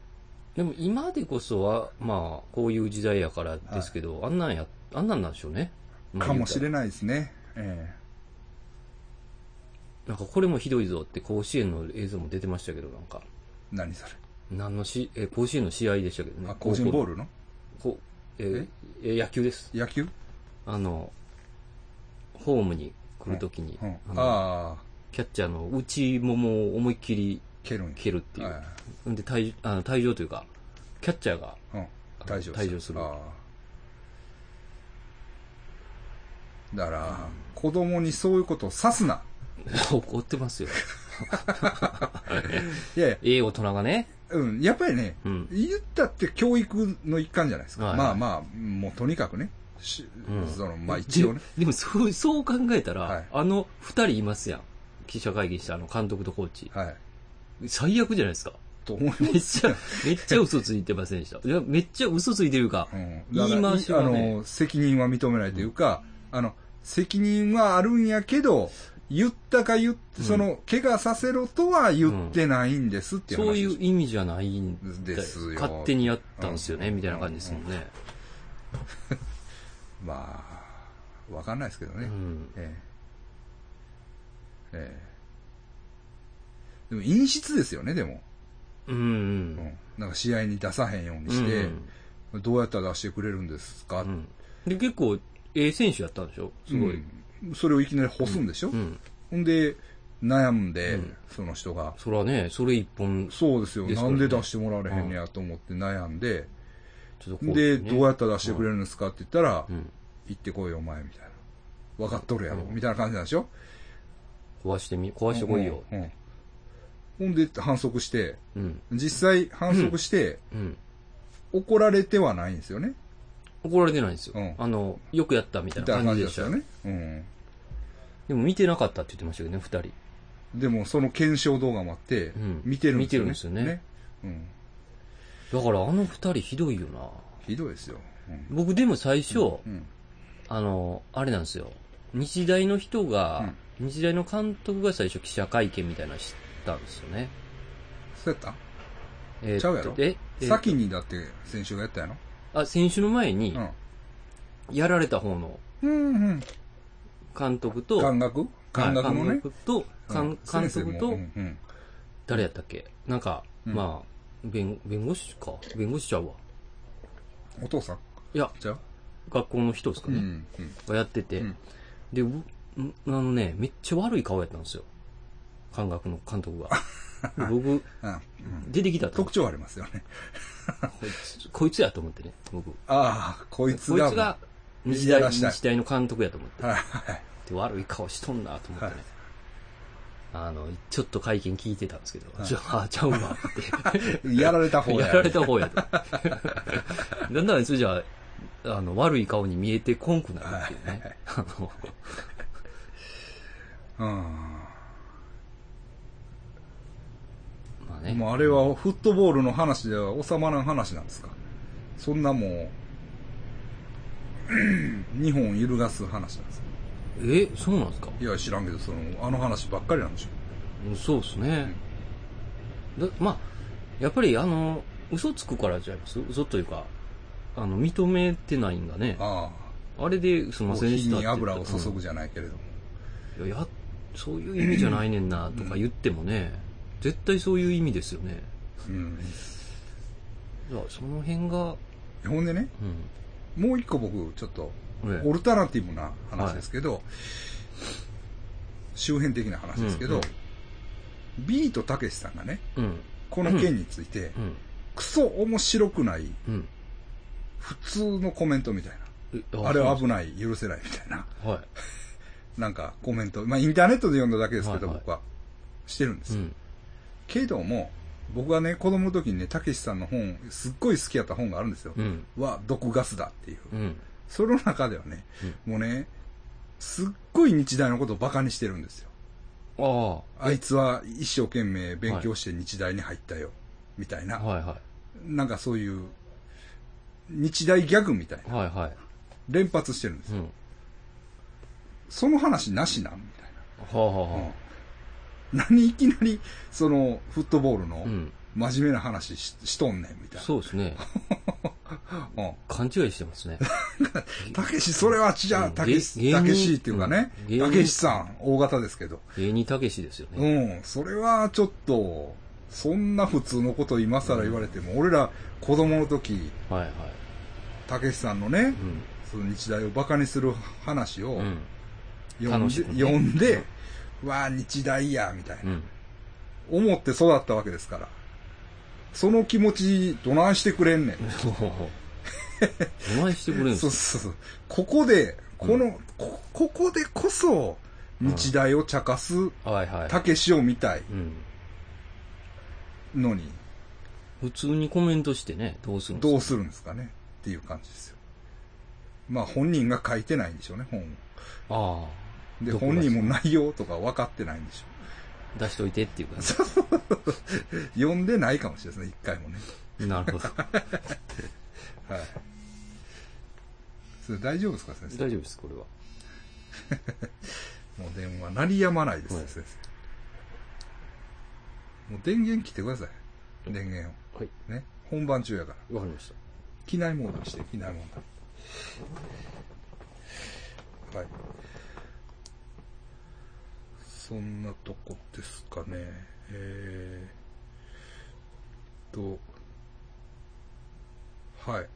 でも今でこそは、まあ、こういう時代やからですけど、あんなんや、あんなんなんでしょうね。えまあかもしれ言うないですね。えたらなんかこれもひどいぞって甲子園の映像も出てましたけど、なんか。え何それ。何のし、え、甲子園の試合でしたけどねあ、。甲子園ボールルのこええ野球です。野球あの、ホームに来るときに、うん。あのああ、キャッチャーの内ももを思いっきり蹴るんや。蹴るってい。はいうんで退あの退場というか、キャッチャーが、うん。退場する。退場するああだから、子供にそういうことをさすな。怒ってますよ。いやいや、ええ大人がね。うん、やっぱりね、うん。言ったって教育の一環じゃないですか。はいまあまあ、もうとにかくね、しうんその、まあ一応ね、ででも、そう、そう考えたら、はいあの、二人いますやん。記者会議したあの監督とコーチ。はい、最悪じゃないですか。 と思います。めっちゃ、めっちゃ嘘ついてませんでした。いや、めっちゃ嘘ついてるか。うん言い回しはねあの、責任は認めないというか、あの、責任はあるんやけど、言ったか言って、うんその、怪我させろとは言ってないんですっていう話そういうう意味じゃないんだですよ勝手にやったんですよね、うんみたいな感じですもんね。まあ、わかんないですけどうね。ん。ええええでも、陰湿ですよね、でも。う。うんんなんか試合に出さへんよううにん。して、うんどうやったら出してくれるんですか、うんで、結構、ええ選手やったんでしょすごい。うんそれをいきなり干すんでしょ、うん。ほんで、悩んで、うんその人が。それはね、それ一本、ちそうですよ。ですなからんねで出してもらわれへんねやと思って悩んで、ょっとこう、で、ねどうやったら出してくれるんですかって言ったら、うん。行ってこいよ、お前、みたいな。分かっとるやろ、うんみたいな感じなんでしょ壊してみ、壊してこいよ。うんうんほんで、反則して、うん。実際反則して、うん。怒られてはないんですよね。怒られてないんですよ。うんあの、よくやったみたいみたいなな感感じじででししたたよよね。ね。うん。でも見てなかったって言ってましたけどね、二人。でも、その検証動画もあってうん、見てるんですよね。見てるんですよねうん。だからあの二人ひどいよな。ひどいですよ。うん僕でも最初、うん。あの、あれなんですよ。日大の人が、日大の監督が最初記者会見みたいなのしたんですよね。そうやっえーっとちゃうやろえたえー先にだって先週がやったやろあ、選手の前に、やられた方のうん。うんうん。監督と、感覚感覚のはいね監。督と、かん監先生督もとう、んうん誰やったっけなんか、うんまあ、弁、弁護士か弁護士ちゃうわ。お父さんいや、ちゃう学校の人ですかうんね。うんがやってて、うんで、ううんあのね、めっちゃ悪い顔やったんですよ。感覚の監 督が。で僕、あうん出てきたと思特っ徴ありますよね。て、こいつ、こいつやと思ってね、僕。ああ、こいつこいが。つが、日日大ら大、したい日大の監督やと思って。はいはい。で悪い顔しとんなと思ってね。はいあの、ちょっと会見聞いてたんですけど、はいじゃあ、ちゃうわ って。やられた方やや。られた方やと。だんだんそれじゃあ、あの、悪い顔に見えてこんくなるっていうね。あうん。の、まあね。もうあれはフットボールの話では収まらん話なんですかそんなもう、日本を揺るがす話なんですかえ、そうなんですかいや、知らんけど、その、あの話ばっかりなんでしょうんそうですね。だまあ、やっぱりあの、嘘つくからじゃないます嘘というか、あの、認めてないんだね。ああれで、すみあ。まこせうんで火したっにて言った油を注うんぐじゃないけれども。いややそういう意味じゃないねんなとか言ってもね、絶対そういう意味ですよね。うん。いやその辺が、ほんでね、うもう一個僕、ちょっと、ん。ええオルタナティブな話ですけど、周辺的な話ですけうどん、ビートたけしさんがね、うん。この件について、うん。クソ面白くない、うん。普通のコメントみたいえな。あれは危ない、許せないみたいな、そうはなんかコメント、まあインターネットで読んだだけですけど、はいはい僕は、してるんでい。うすよ。ん。けども、僕はね、子供の時にね、たけしさんの本、すっごい好きやった本があるんですよ。うん。は、毒ガスだっていう。うん。その中ではね、もうね、すっごい日大のことをバカにしてるんですよ。ああ。はあいつは一生懸命勉強して日大に入ったよ、みたいいな。はなんかそういう、日大ギャグみたいな、はいはい。連発してるんですうよ。ん。その話なしなんみたいはあ、はあな。はうん何いきなり、その、フットボールあ、のう、ん。真面目な話ししとんねん、みたいな。そうですね。うん勘違いしてま すね。たけし、それは違うう。んたけし、芸た芸人けしっていうかねうん。芸人たけしさん、大型ですけど。芸人たけしですよね。うん、それはちょっと、そんな普通のこと今更言われても、俺ら子供の時、はいはい。たけしさんのね、うその日大をバカにする話をん。うん。読ん楽で、しくね読んで、うわあ、日大や、みたいなう。ん。思って育ったわけですから。その気持ち、どないしてくれんねん。そう。お前してくれるんですそうそうよそう。ここで、この、こ、ここでこそ、日大を茶化す、はいはい。たけしを見たいうん。のに、普通にコメントしてね、どうするんですどうするんですかねっていう感じですよ。まあ本人が書いてないんでしょうね、本を。かあで、どこ本が人も内容とか分かってないんでしょあ。出しといてっていうか、 う。読んでないかもしれないですね、一回もね。なるほど。はい。それ大丈夫ですか、先生。 大丈夫です、これは。もう電話鳴りやまないです、はい先生。もう電源切ってください。電源はい。を。ね。本番中やから。わかりました。機内モードにして、機内モード。はい。そんなとこですかね。えーっと、はい。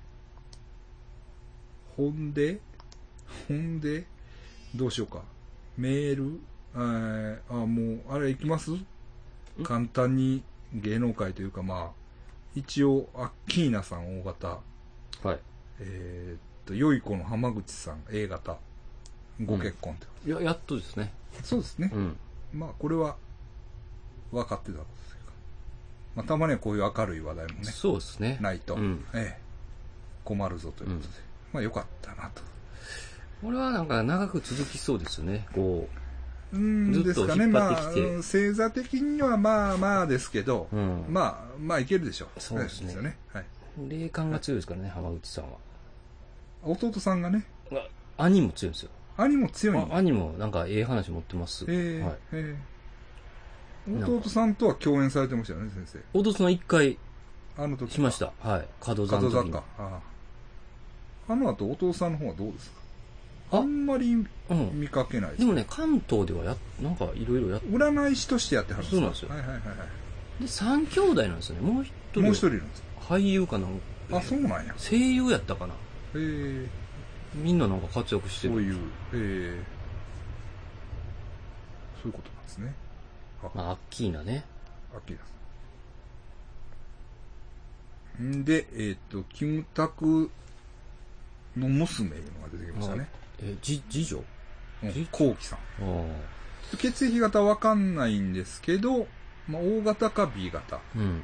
ほんで、ほんで、どうしようか。メール、えーあ、もう、あれ行きます簡単に芸能界というか、まあ、一応、アッキーナさん大型、はい。えーっと、良い子の浜口さん A 型、ご結婚と、いや、やっとですね。そうですねう。ん。まあ、これは、分かってたことですか。まあ、たまにはこういう明るい話題もね、そうですね。ないと、うんええ、困るぞということで。うんまあ、よかったなと。これはなんか長く続きそうですよね。こうーん、ずでっとす引かっね。ま張ってあ、きてうん星座的にはまあまあですけど、う。うん。ままあ、まあ、いけるでしょう。そうですねよね。はい。霊感が強いですからね、浜口さんは。弟さんがね、あ兄も強いんですよ。兄も強いんあだ兄もなんかええ話持ってます。ええはい。ええなんか弟さんとは共演されてましたよね、先生。弟さん一回あの時。しました。はい。角座加の藤さ時んにか。。あああの後、お父さんの方はどうですかああんまりうん。見かけないですでもね、関東ではや、なんかいろいろやっ占い師としてやってはるんですかそうなんですよはいはいはいはい。で、三兄弟なんですよね。もう一人。もう一人いるんです俳優かなんかか。あ、そうなんや。へ声優やったかな。え、みんななんか活躍してそうる。いう、ええ、そういうことなんですね。まあ、アッキーナね。アッキーナさん。んで、えっと、キムタクの娘いうのが出てきましたね。え、じ、次女うんじコウキさん。あ血液型わかんないんですけど、まあ、O 型か B 型あ。うん。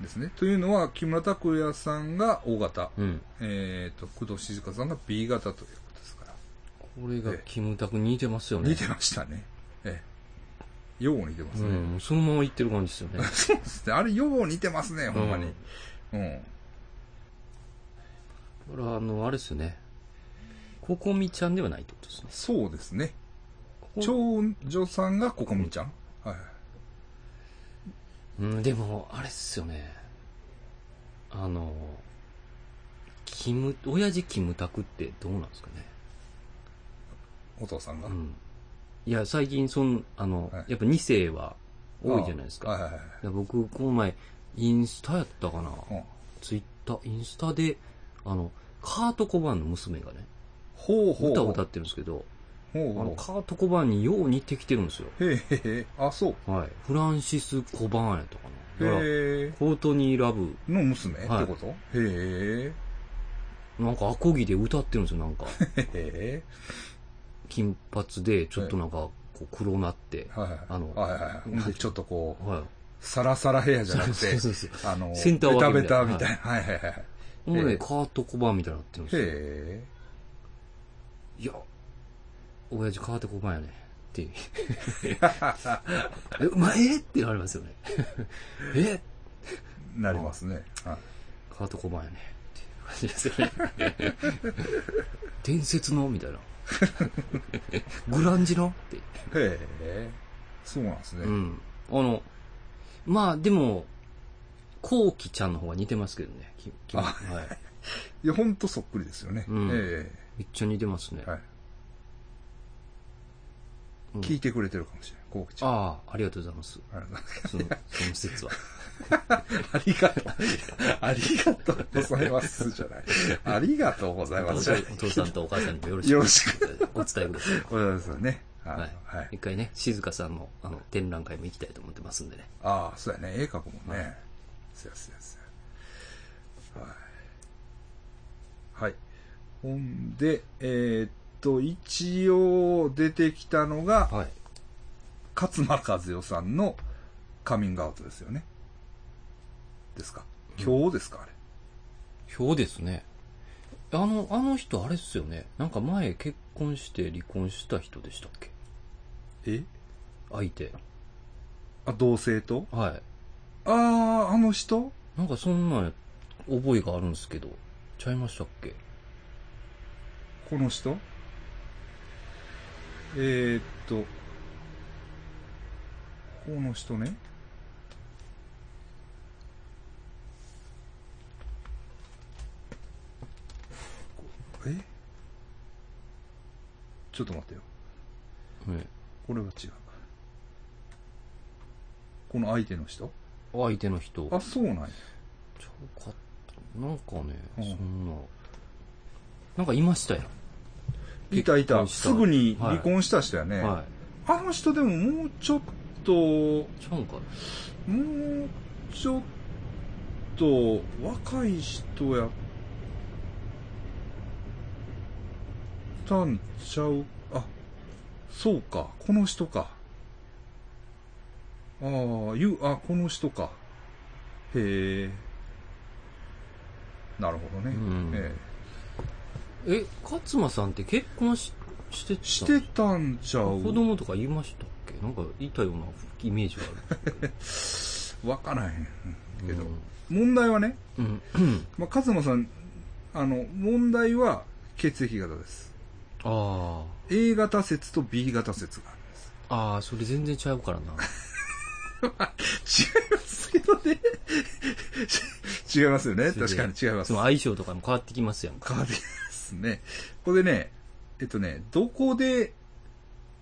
ですね。というのは、木村拓哉さんが O 型、うん。えーと、工藤静香さんが B 型ということですから。これがキムタク似てますよね。似てましたね。ええ。よう似てますうね。。ん。そのまま言ってる感じですよね そうですね。あれ、よう似てますね、ほんまに。うん。これは、あの、あれですよね。ココミちゃんではないってことですね。そうですね。ここ長女さんがここみちゃん。はい。うん、でも、あれっすよね。あの、キム、親父キムタクってどうなんですかね。お父さんが。うん。いや、最近、その、あの、はいやっぱ2世は多いじゃないですか。はいはいはいいや僕、この前、インスタやったかな。うん。ツイッター、インスタで、あの、カート・コバーンの娘がね、ほうほう。歌を歌ってるんですけど、ほうあのほカート・コバーンによう似てきてるんですよ。う。へえへえへえ。あ、そう。はい。フランシス・コバーンやったかな。だかへら、え。コートニー・ラブ、の娘、はいってこと へなんかアコギで歌ってるんですよ、 なんか。え。へえ。金髪で、ちょっとなんか、こう黒なって。はいはい。あのはいはいはいほんで。ちょっとこう、はサラサラヘアい。じゃなくて、そうそうそう。あの、センターベタ分けベみたタいなみたいな。はいはいはい。へほんでええね、カート・コバーンみたいになってるんですよ。え。いや、親父変わってこばんやね。 って。 え、まあ、えってなりますよね。えなりますね。はいハート小判やね。っていう感じですよね。伝説のみたいな。グランジのって。へえ。そうなんですね。うん。あの、まあでも、コウキちゃんの方が似てますけどね。ききあはい。いや、ほんとそっくりですよね。うんえめっちゃ似てますね。えはい、うん聞いてくれてるかもしれない。こうきちゃん。あああ、ありがとうございます。りがとうございますその、その説は。 ありがとう。ありがとうございます。じゃない。ありがとうございおます。じゃない父さんとお母さんにもよろしく。よろしく。お伝えください。ございますよね。あのははいい。。一回ね、静香さんのあの展覧会も行きたいと思ってますんでね。ああ、そうやね。絵描くもんね。そうやそうやそうや。はい。はい。ほんで、えーっと、一応出てきたのが、はい。勝間和代さんのカミングアウトですよね。ですか。今日ですか、あれ。表ですね。あの、あの人あれっすよね。なんか前結婚して離婚した人でしたっけえ相手。あ、同性とはい。ああ、あの人なんかそんな覚えがあるんですけど、ちゃいましたっけこの人えー、っと、この人ね。えちょっと待ってよ。ねこれは違う。この相手の人相手の人。あ、そうなんや。ちゃうかった。なんかね、うんそんな。なんかいましたよ。いたい結た。婚したすぐに離婚した人やね。はあの人でももうちょっと、い。ちゃうんかなもうちょっと若い人やったんちゃうあそうかこの人かああゆあこの人かへえなるほどね、うんええ、勝間さんって結婚ししてたえしてたんちゃう子供とか言いましたっけなんかいたようなイメージがあるわからへん けど、うん問題はね、うん。まあ、勝間さんあの問題は血液型ですあ A 型説と B 型説があるんです。あ。ああ、それ全然ちゃうからな。 違いますけどね。 違いますよね。確かに違いますそ。の相性とかも変わってきますやんか。変わりますね。これね、えっとね、どこで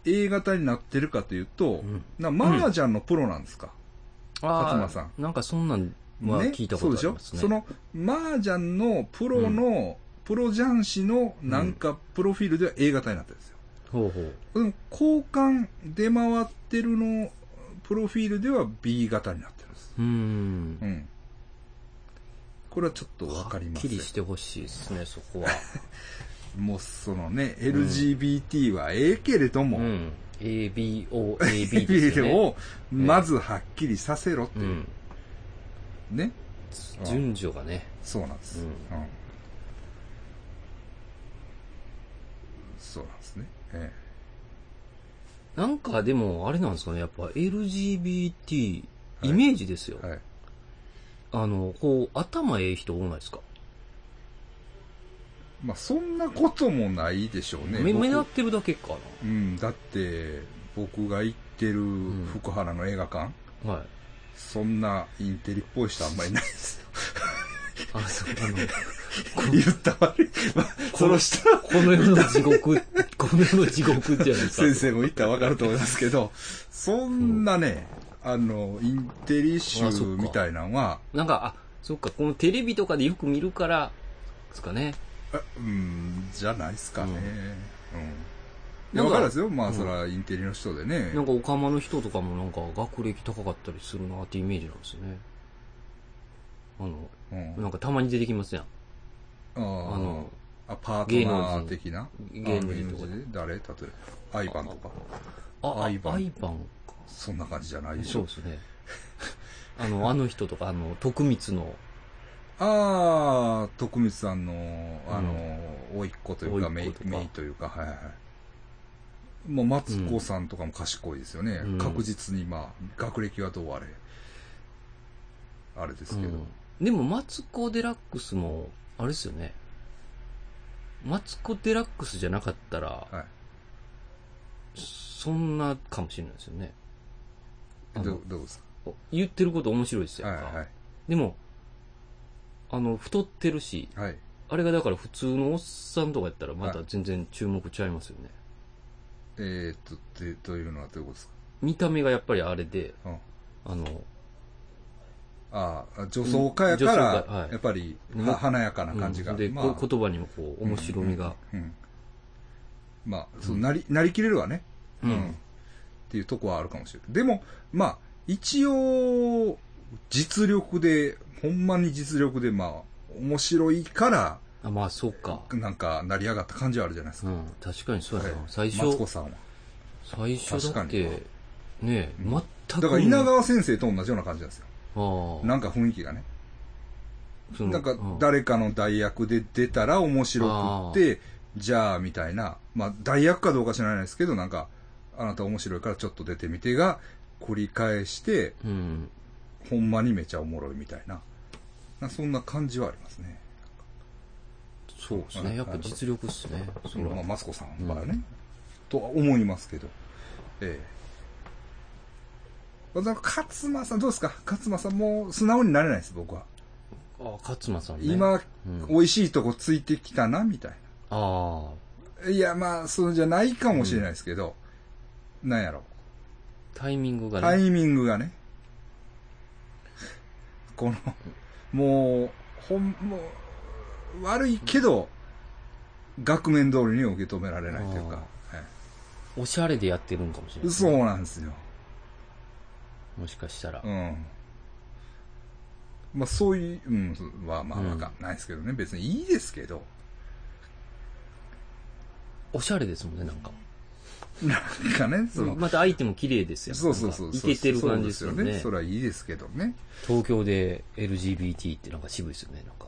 A 型になってるかというと、んなマージャンのプロなんですか、あー勝間さなんかそんなんは聞いたことありますね。そうでしょその、マージャンのプロの、プロジャン氏のなんかプロフィールでは A 型になってるんですよ。ほうほう。でも交換出回ってるの、プロフィールでは B 型になってるんです。うーんう。ん。これはちょっとわはかりっませきんり。してほしいですね、そこは。もうそのね、LGBT はええけれどうも、ん。A, B, O, A, B です よ LGBT ね。をまずはっきりさせろってういう。ん。ね。順序がね。そうなんです。ううんん。そうなんですね。えなんかでも、あれなんですかね、やっぱ LGBT、イメージですよ。え。はい。あの、こう、頭ええ人多ないですか、まあそんなこともないでしょうね。目目立っ僕てるだけかうん、だって、僕が行ってるん福原の映画館、な。はい。そんなインテリっぽい人あんまりいないですよ。あ、そう、あの、言った悪い。まあその人はこの世の 地獄、この世の地獄じゃないですか。先生も言ったらわかると思いますけど、そんなね、あの、インテリあそっ集かみたいなのは、なんか、あ、そっか、このテレビとかでよく見るから、ですかね。あうん、じゃないですかね。うん。いや、なんわかかるんですよ。まうあ、んそれはインテリの人でねな。んか、オカマの人とかもなんか、学歴高かったりするなってイメージなんですよね。あの、うんなんかたまに出てきますやん。あーあの、あパー芸ト能ナ人ー的な芸能人とかあで芸誰例えば、アイバンとか。あ、アイバンアイバンか。そんな感じじゃないでしそうょで。すね。 あの、あの人とか、あの、徳光の、ああ、徳光さんの、あの、甥っ子というか、甥姪っ子とか姪というか、はいはい。もう、マツコさんとかも賢いですよね。うん確実に、まあ、学歴はどうあれ。あれですけど。うんでも、マツコ・デラックスも、あれですよね。マツコ・デラックスじゃなかったら、はい。そんなかもしれないですよね。あどのどうです言ってること面白いですかよ、はやっぱいでも、あの、太ってるし、はい。はい。あれがだから普通のおっさんとかやったら、また全然注目ちゃいますよね。えー、っと、で、というのはどういうことですか見た目がやっぱりあれで、うん。あの、ああ、女装家やか女装家はらい、やっぱり、うんは華やかな感じが。うんで、まこ言葉にもこう、面白みが。うんうんまあ、そうなり、なりきれるわね。うんっていうとこはあるかもしれない。でも、まあ、一応、実力で、ほんまに実力で、まあ、面白いから、あ、まあ、そうか。なんか、成り上がった感じはあるじゃないですうか。ん、確かにそうやはな。い最マツコ初、さんは。最初だって確、ねえ、うん全く。だから、稲川先生と同じような感じなんですよ。ああなんか雰囲気がね。そのなんかう、誰かの代役で出たら面白くって、じゃあ、みたいな。まあ、代役かどうか知らないですけど、なんか、あなた面白いからちょっと出てみてが、繰り返して、うん。ほんまにめちゃおもろいみたいな。なそんな感じはありますね。そうですね。やっぱ実力っすね。そまあ、ら。マツコさんはね、とは思いますけど。ええ。だから勝間さん、どうですか勝間さん、もう素直になれないです、僕は。ああ、勝間さんね。今、うん美味しいとこついてきたな、みたいな。ああ、いや、まあ、そうじゃないかもしれないですけど、なんやろ。タイミングがね。タイミングがね。この、もう、ほん、もう、悪いけど、額面通りに受け止められないというか。はおしゃれでやってるんかもしれないい、ね。そうなんですよ。もしかしたらう。ん。まあ、そういう、うん、は、まあ、わかんないですけどね。別にいいですけ ど。おしゃれですもんね、なんか。なんかね、その、またアイテム綺麗ですよ。そうそうそう。いけてる感じですよそうねそ。れはいいですけどね。東京で LGBT ってなんか渋いですよね、なんか。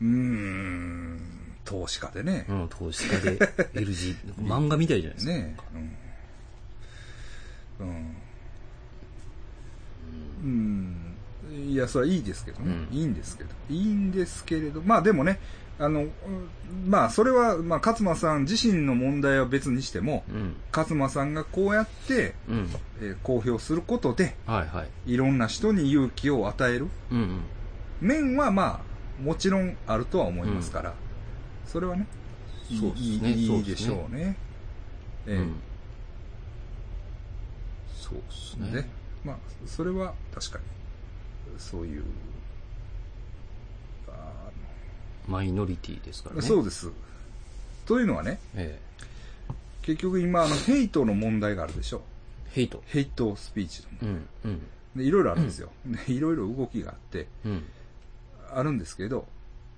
うーん、投資家でね。うん、投資家で LG、漫画みたいじゃないですか。ねえ。うん。うん。うん。いや、それはいいですけどね。うんいいんですけど。いいんですけれど。まあでもね、あの、うんまあそれは、まあ勝間さん自身の問題は別にしても、うん。勝間さんがこうやって、うん。えー公表することで、はいはい。いろんな人に勇気を与えるうんうん。面はまあ、もちろんあるとは思いますから、それはね、いいそうですねいいそういですねいでしょうね。ええうんそうっすね。ね、まあ、それは確かに、そういう、あマイノリティですからのね。そうう。です。というのはね、え結局今、あの、ヘイトの問題があるでしょ。え。ヘイト。ヘイトスピーチのうん。うん。でいろいろあるんですよ。でいろいろ動きがあって、うん。あるんですけど、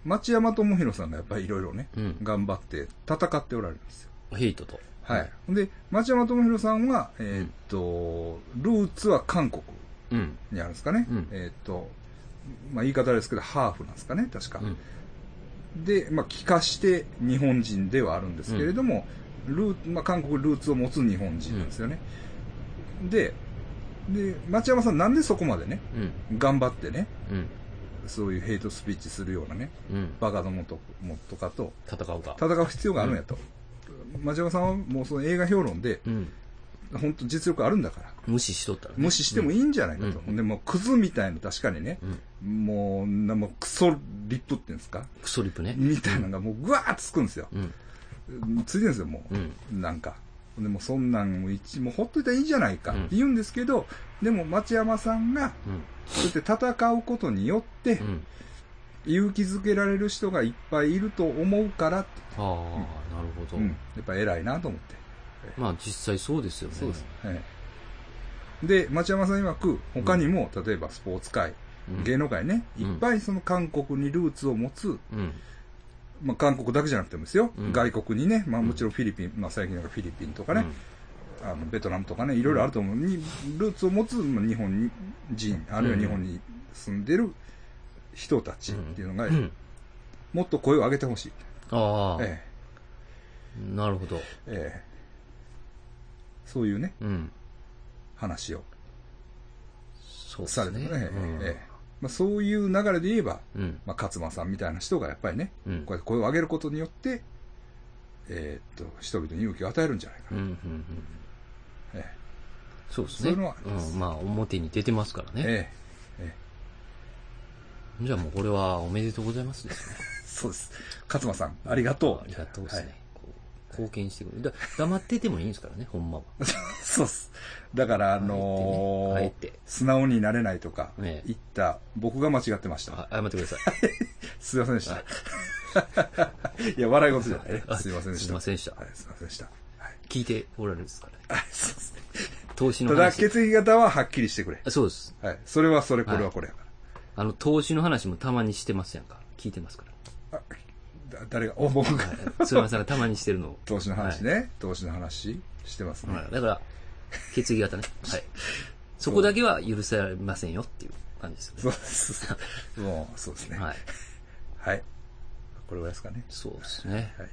町山智博さんがやっぱりいろいろね、うん頑張って戦っておられるんですよ。ヘイトと。はい。で、町山智博さんは、えーっと、ルーツは韓国うん。にあるんですかね。うんえーっと、まあ言い方ですけど、ハーフなんですかね、確か。うん。で、まあ、帰化して日本人ではあるんですけれども、ルーまあ、韓国ルーツを持つ日本人なんですよね。で、で、町山さんなんでそこまでね、うん。頑張ってね、うん。そういうヘイトスピーチするようなね、うん。バカどもともとかと戦うか。戦う必要があるんやと。町山さんはもうその映画評論で、うん。本当実力あるんだから、無視しとったらね。無視してもいいんじゃないかと。うんで、もうクズみたいな、確かにね、うん。もう、なもうクソリップっていうんですかクソリップね。みたいなのがもうぐわーっとつくんですよ。うん。ついてるんですよ、もう。うん。なんか。でもそんなんも一、もうほっといたらいいじゃないかっうんて言うんですけど、でも町山さんが、うん。そうやって戦うことによってう、ん。勇気づけられる人がいっぱいいると思うからって、ああ、なるほど。うんやっぱ偉いなと思って。まあ実際そうですよね。そうです。。ええで、町山さん曰く、他にも、例えばスポーツ界、うん芸能界ね、うんいっぱいその韓国にルーツを持つ、うん。まあ韓国だけじゃなくてもですよ、うん外国にね、まあもちろんフィリピン、まあ最近なんかフィリピンとかね、あのベトナムとかね、いろいろあると思う、にルーツを持つまあ日本人、あるいは日本に住んでる人たちっていうのが、うん。うん。もっと声を上げてほしい、ああ、えなるほど。えええそういうね、うん。話をそうでされすてね。ね、ええうんええまあ、そういう流れで言えば、うん。まあ、勝間さんみたいな人がやっぱりね、うん。こうやって声を上げることによって、えーっと、人々に勇気を与えるんじゃないかうん。うな。ん。うん。えそうですそうね。いうのはありますうん。まあ、表に出てますからね。えええじゃあもうこれはおめでとうございますですね。えそうです。勝間さん、ありがとう。ありがとうですね。はいこう貢献してくれる。だ黙っててもいいんですからね、ほんまは。そうっす。だから、あのーあえてねあえて素直になれないとか、ええ言った、僕が間違ってました。あ謝ってください。すいませんでしはた。 いや、笑い事じゃ ないね。すいませんでした。すいませんでしたはい、すいませんでした。はい。聞いておられるんですからね。あそうっす投資たのだ、話。血液型ははっきりしてくれ。あそうです。はい。それはそれ、これははいこれやか。あの、投資の話もたまにしてますやんか。聞いてますからあだ誰が、お、僕が。ら。鶴山さんがたまにしてるのを。投資の話ね。投資の話してますねは。い。だから、決議型ね。はい。そこだけは許されませんよっていう感じですよね。そうです。もう、そうですね。はい。はい。これぐらいですかね。そうですね。はい。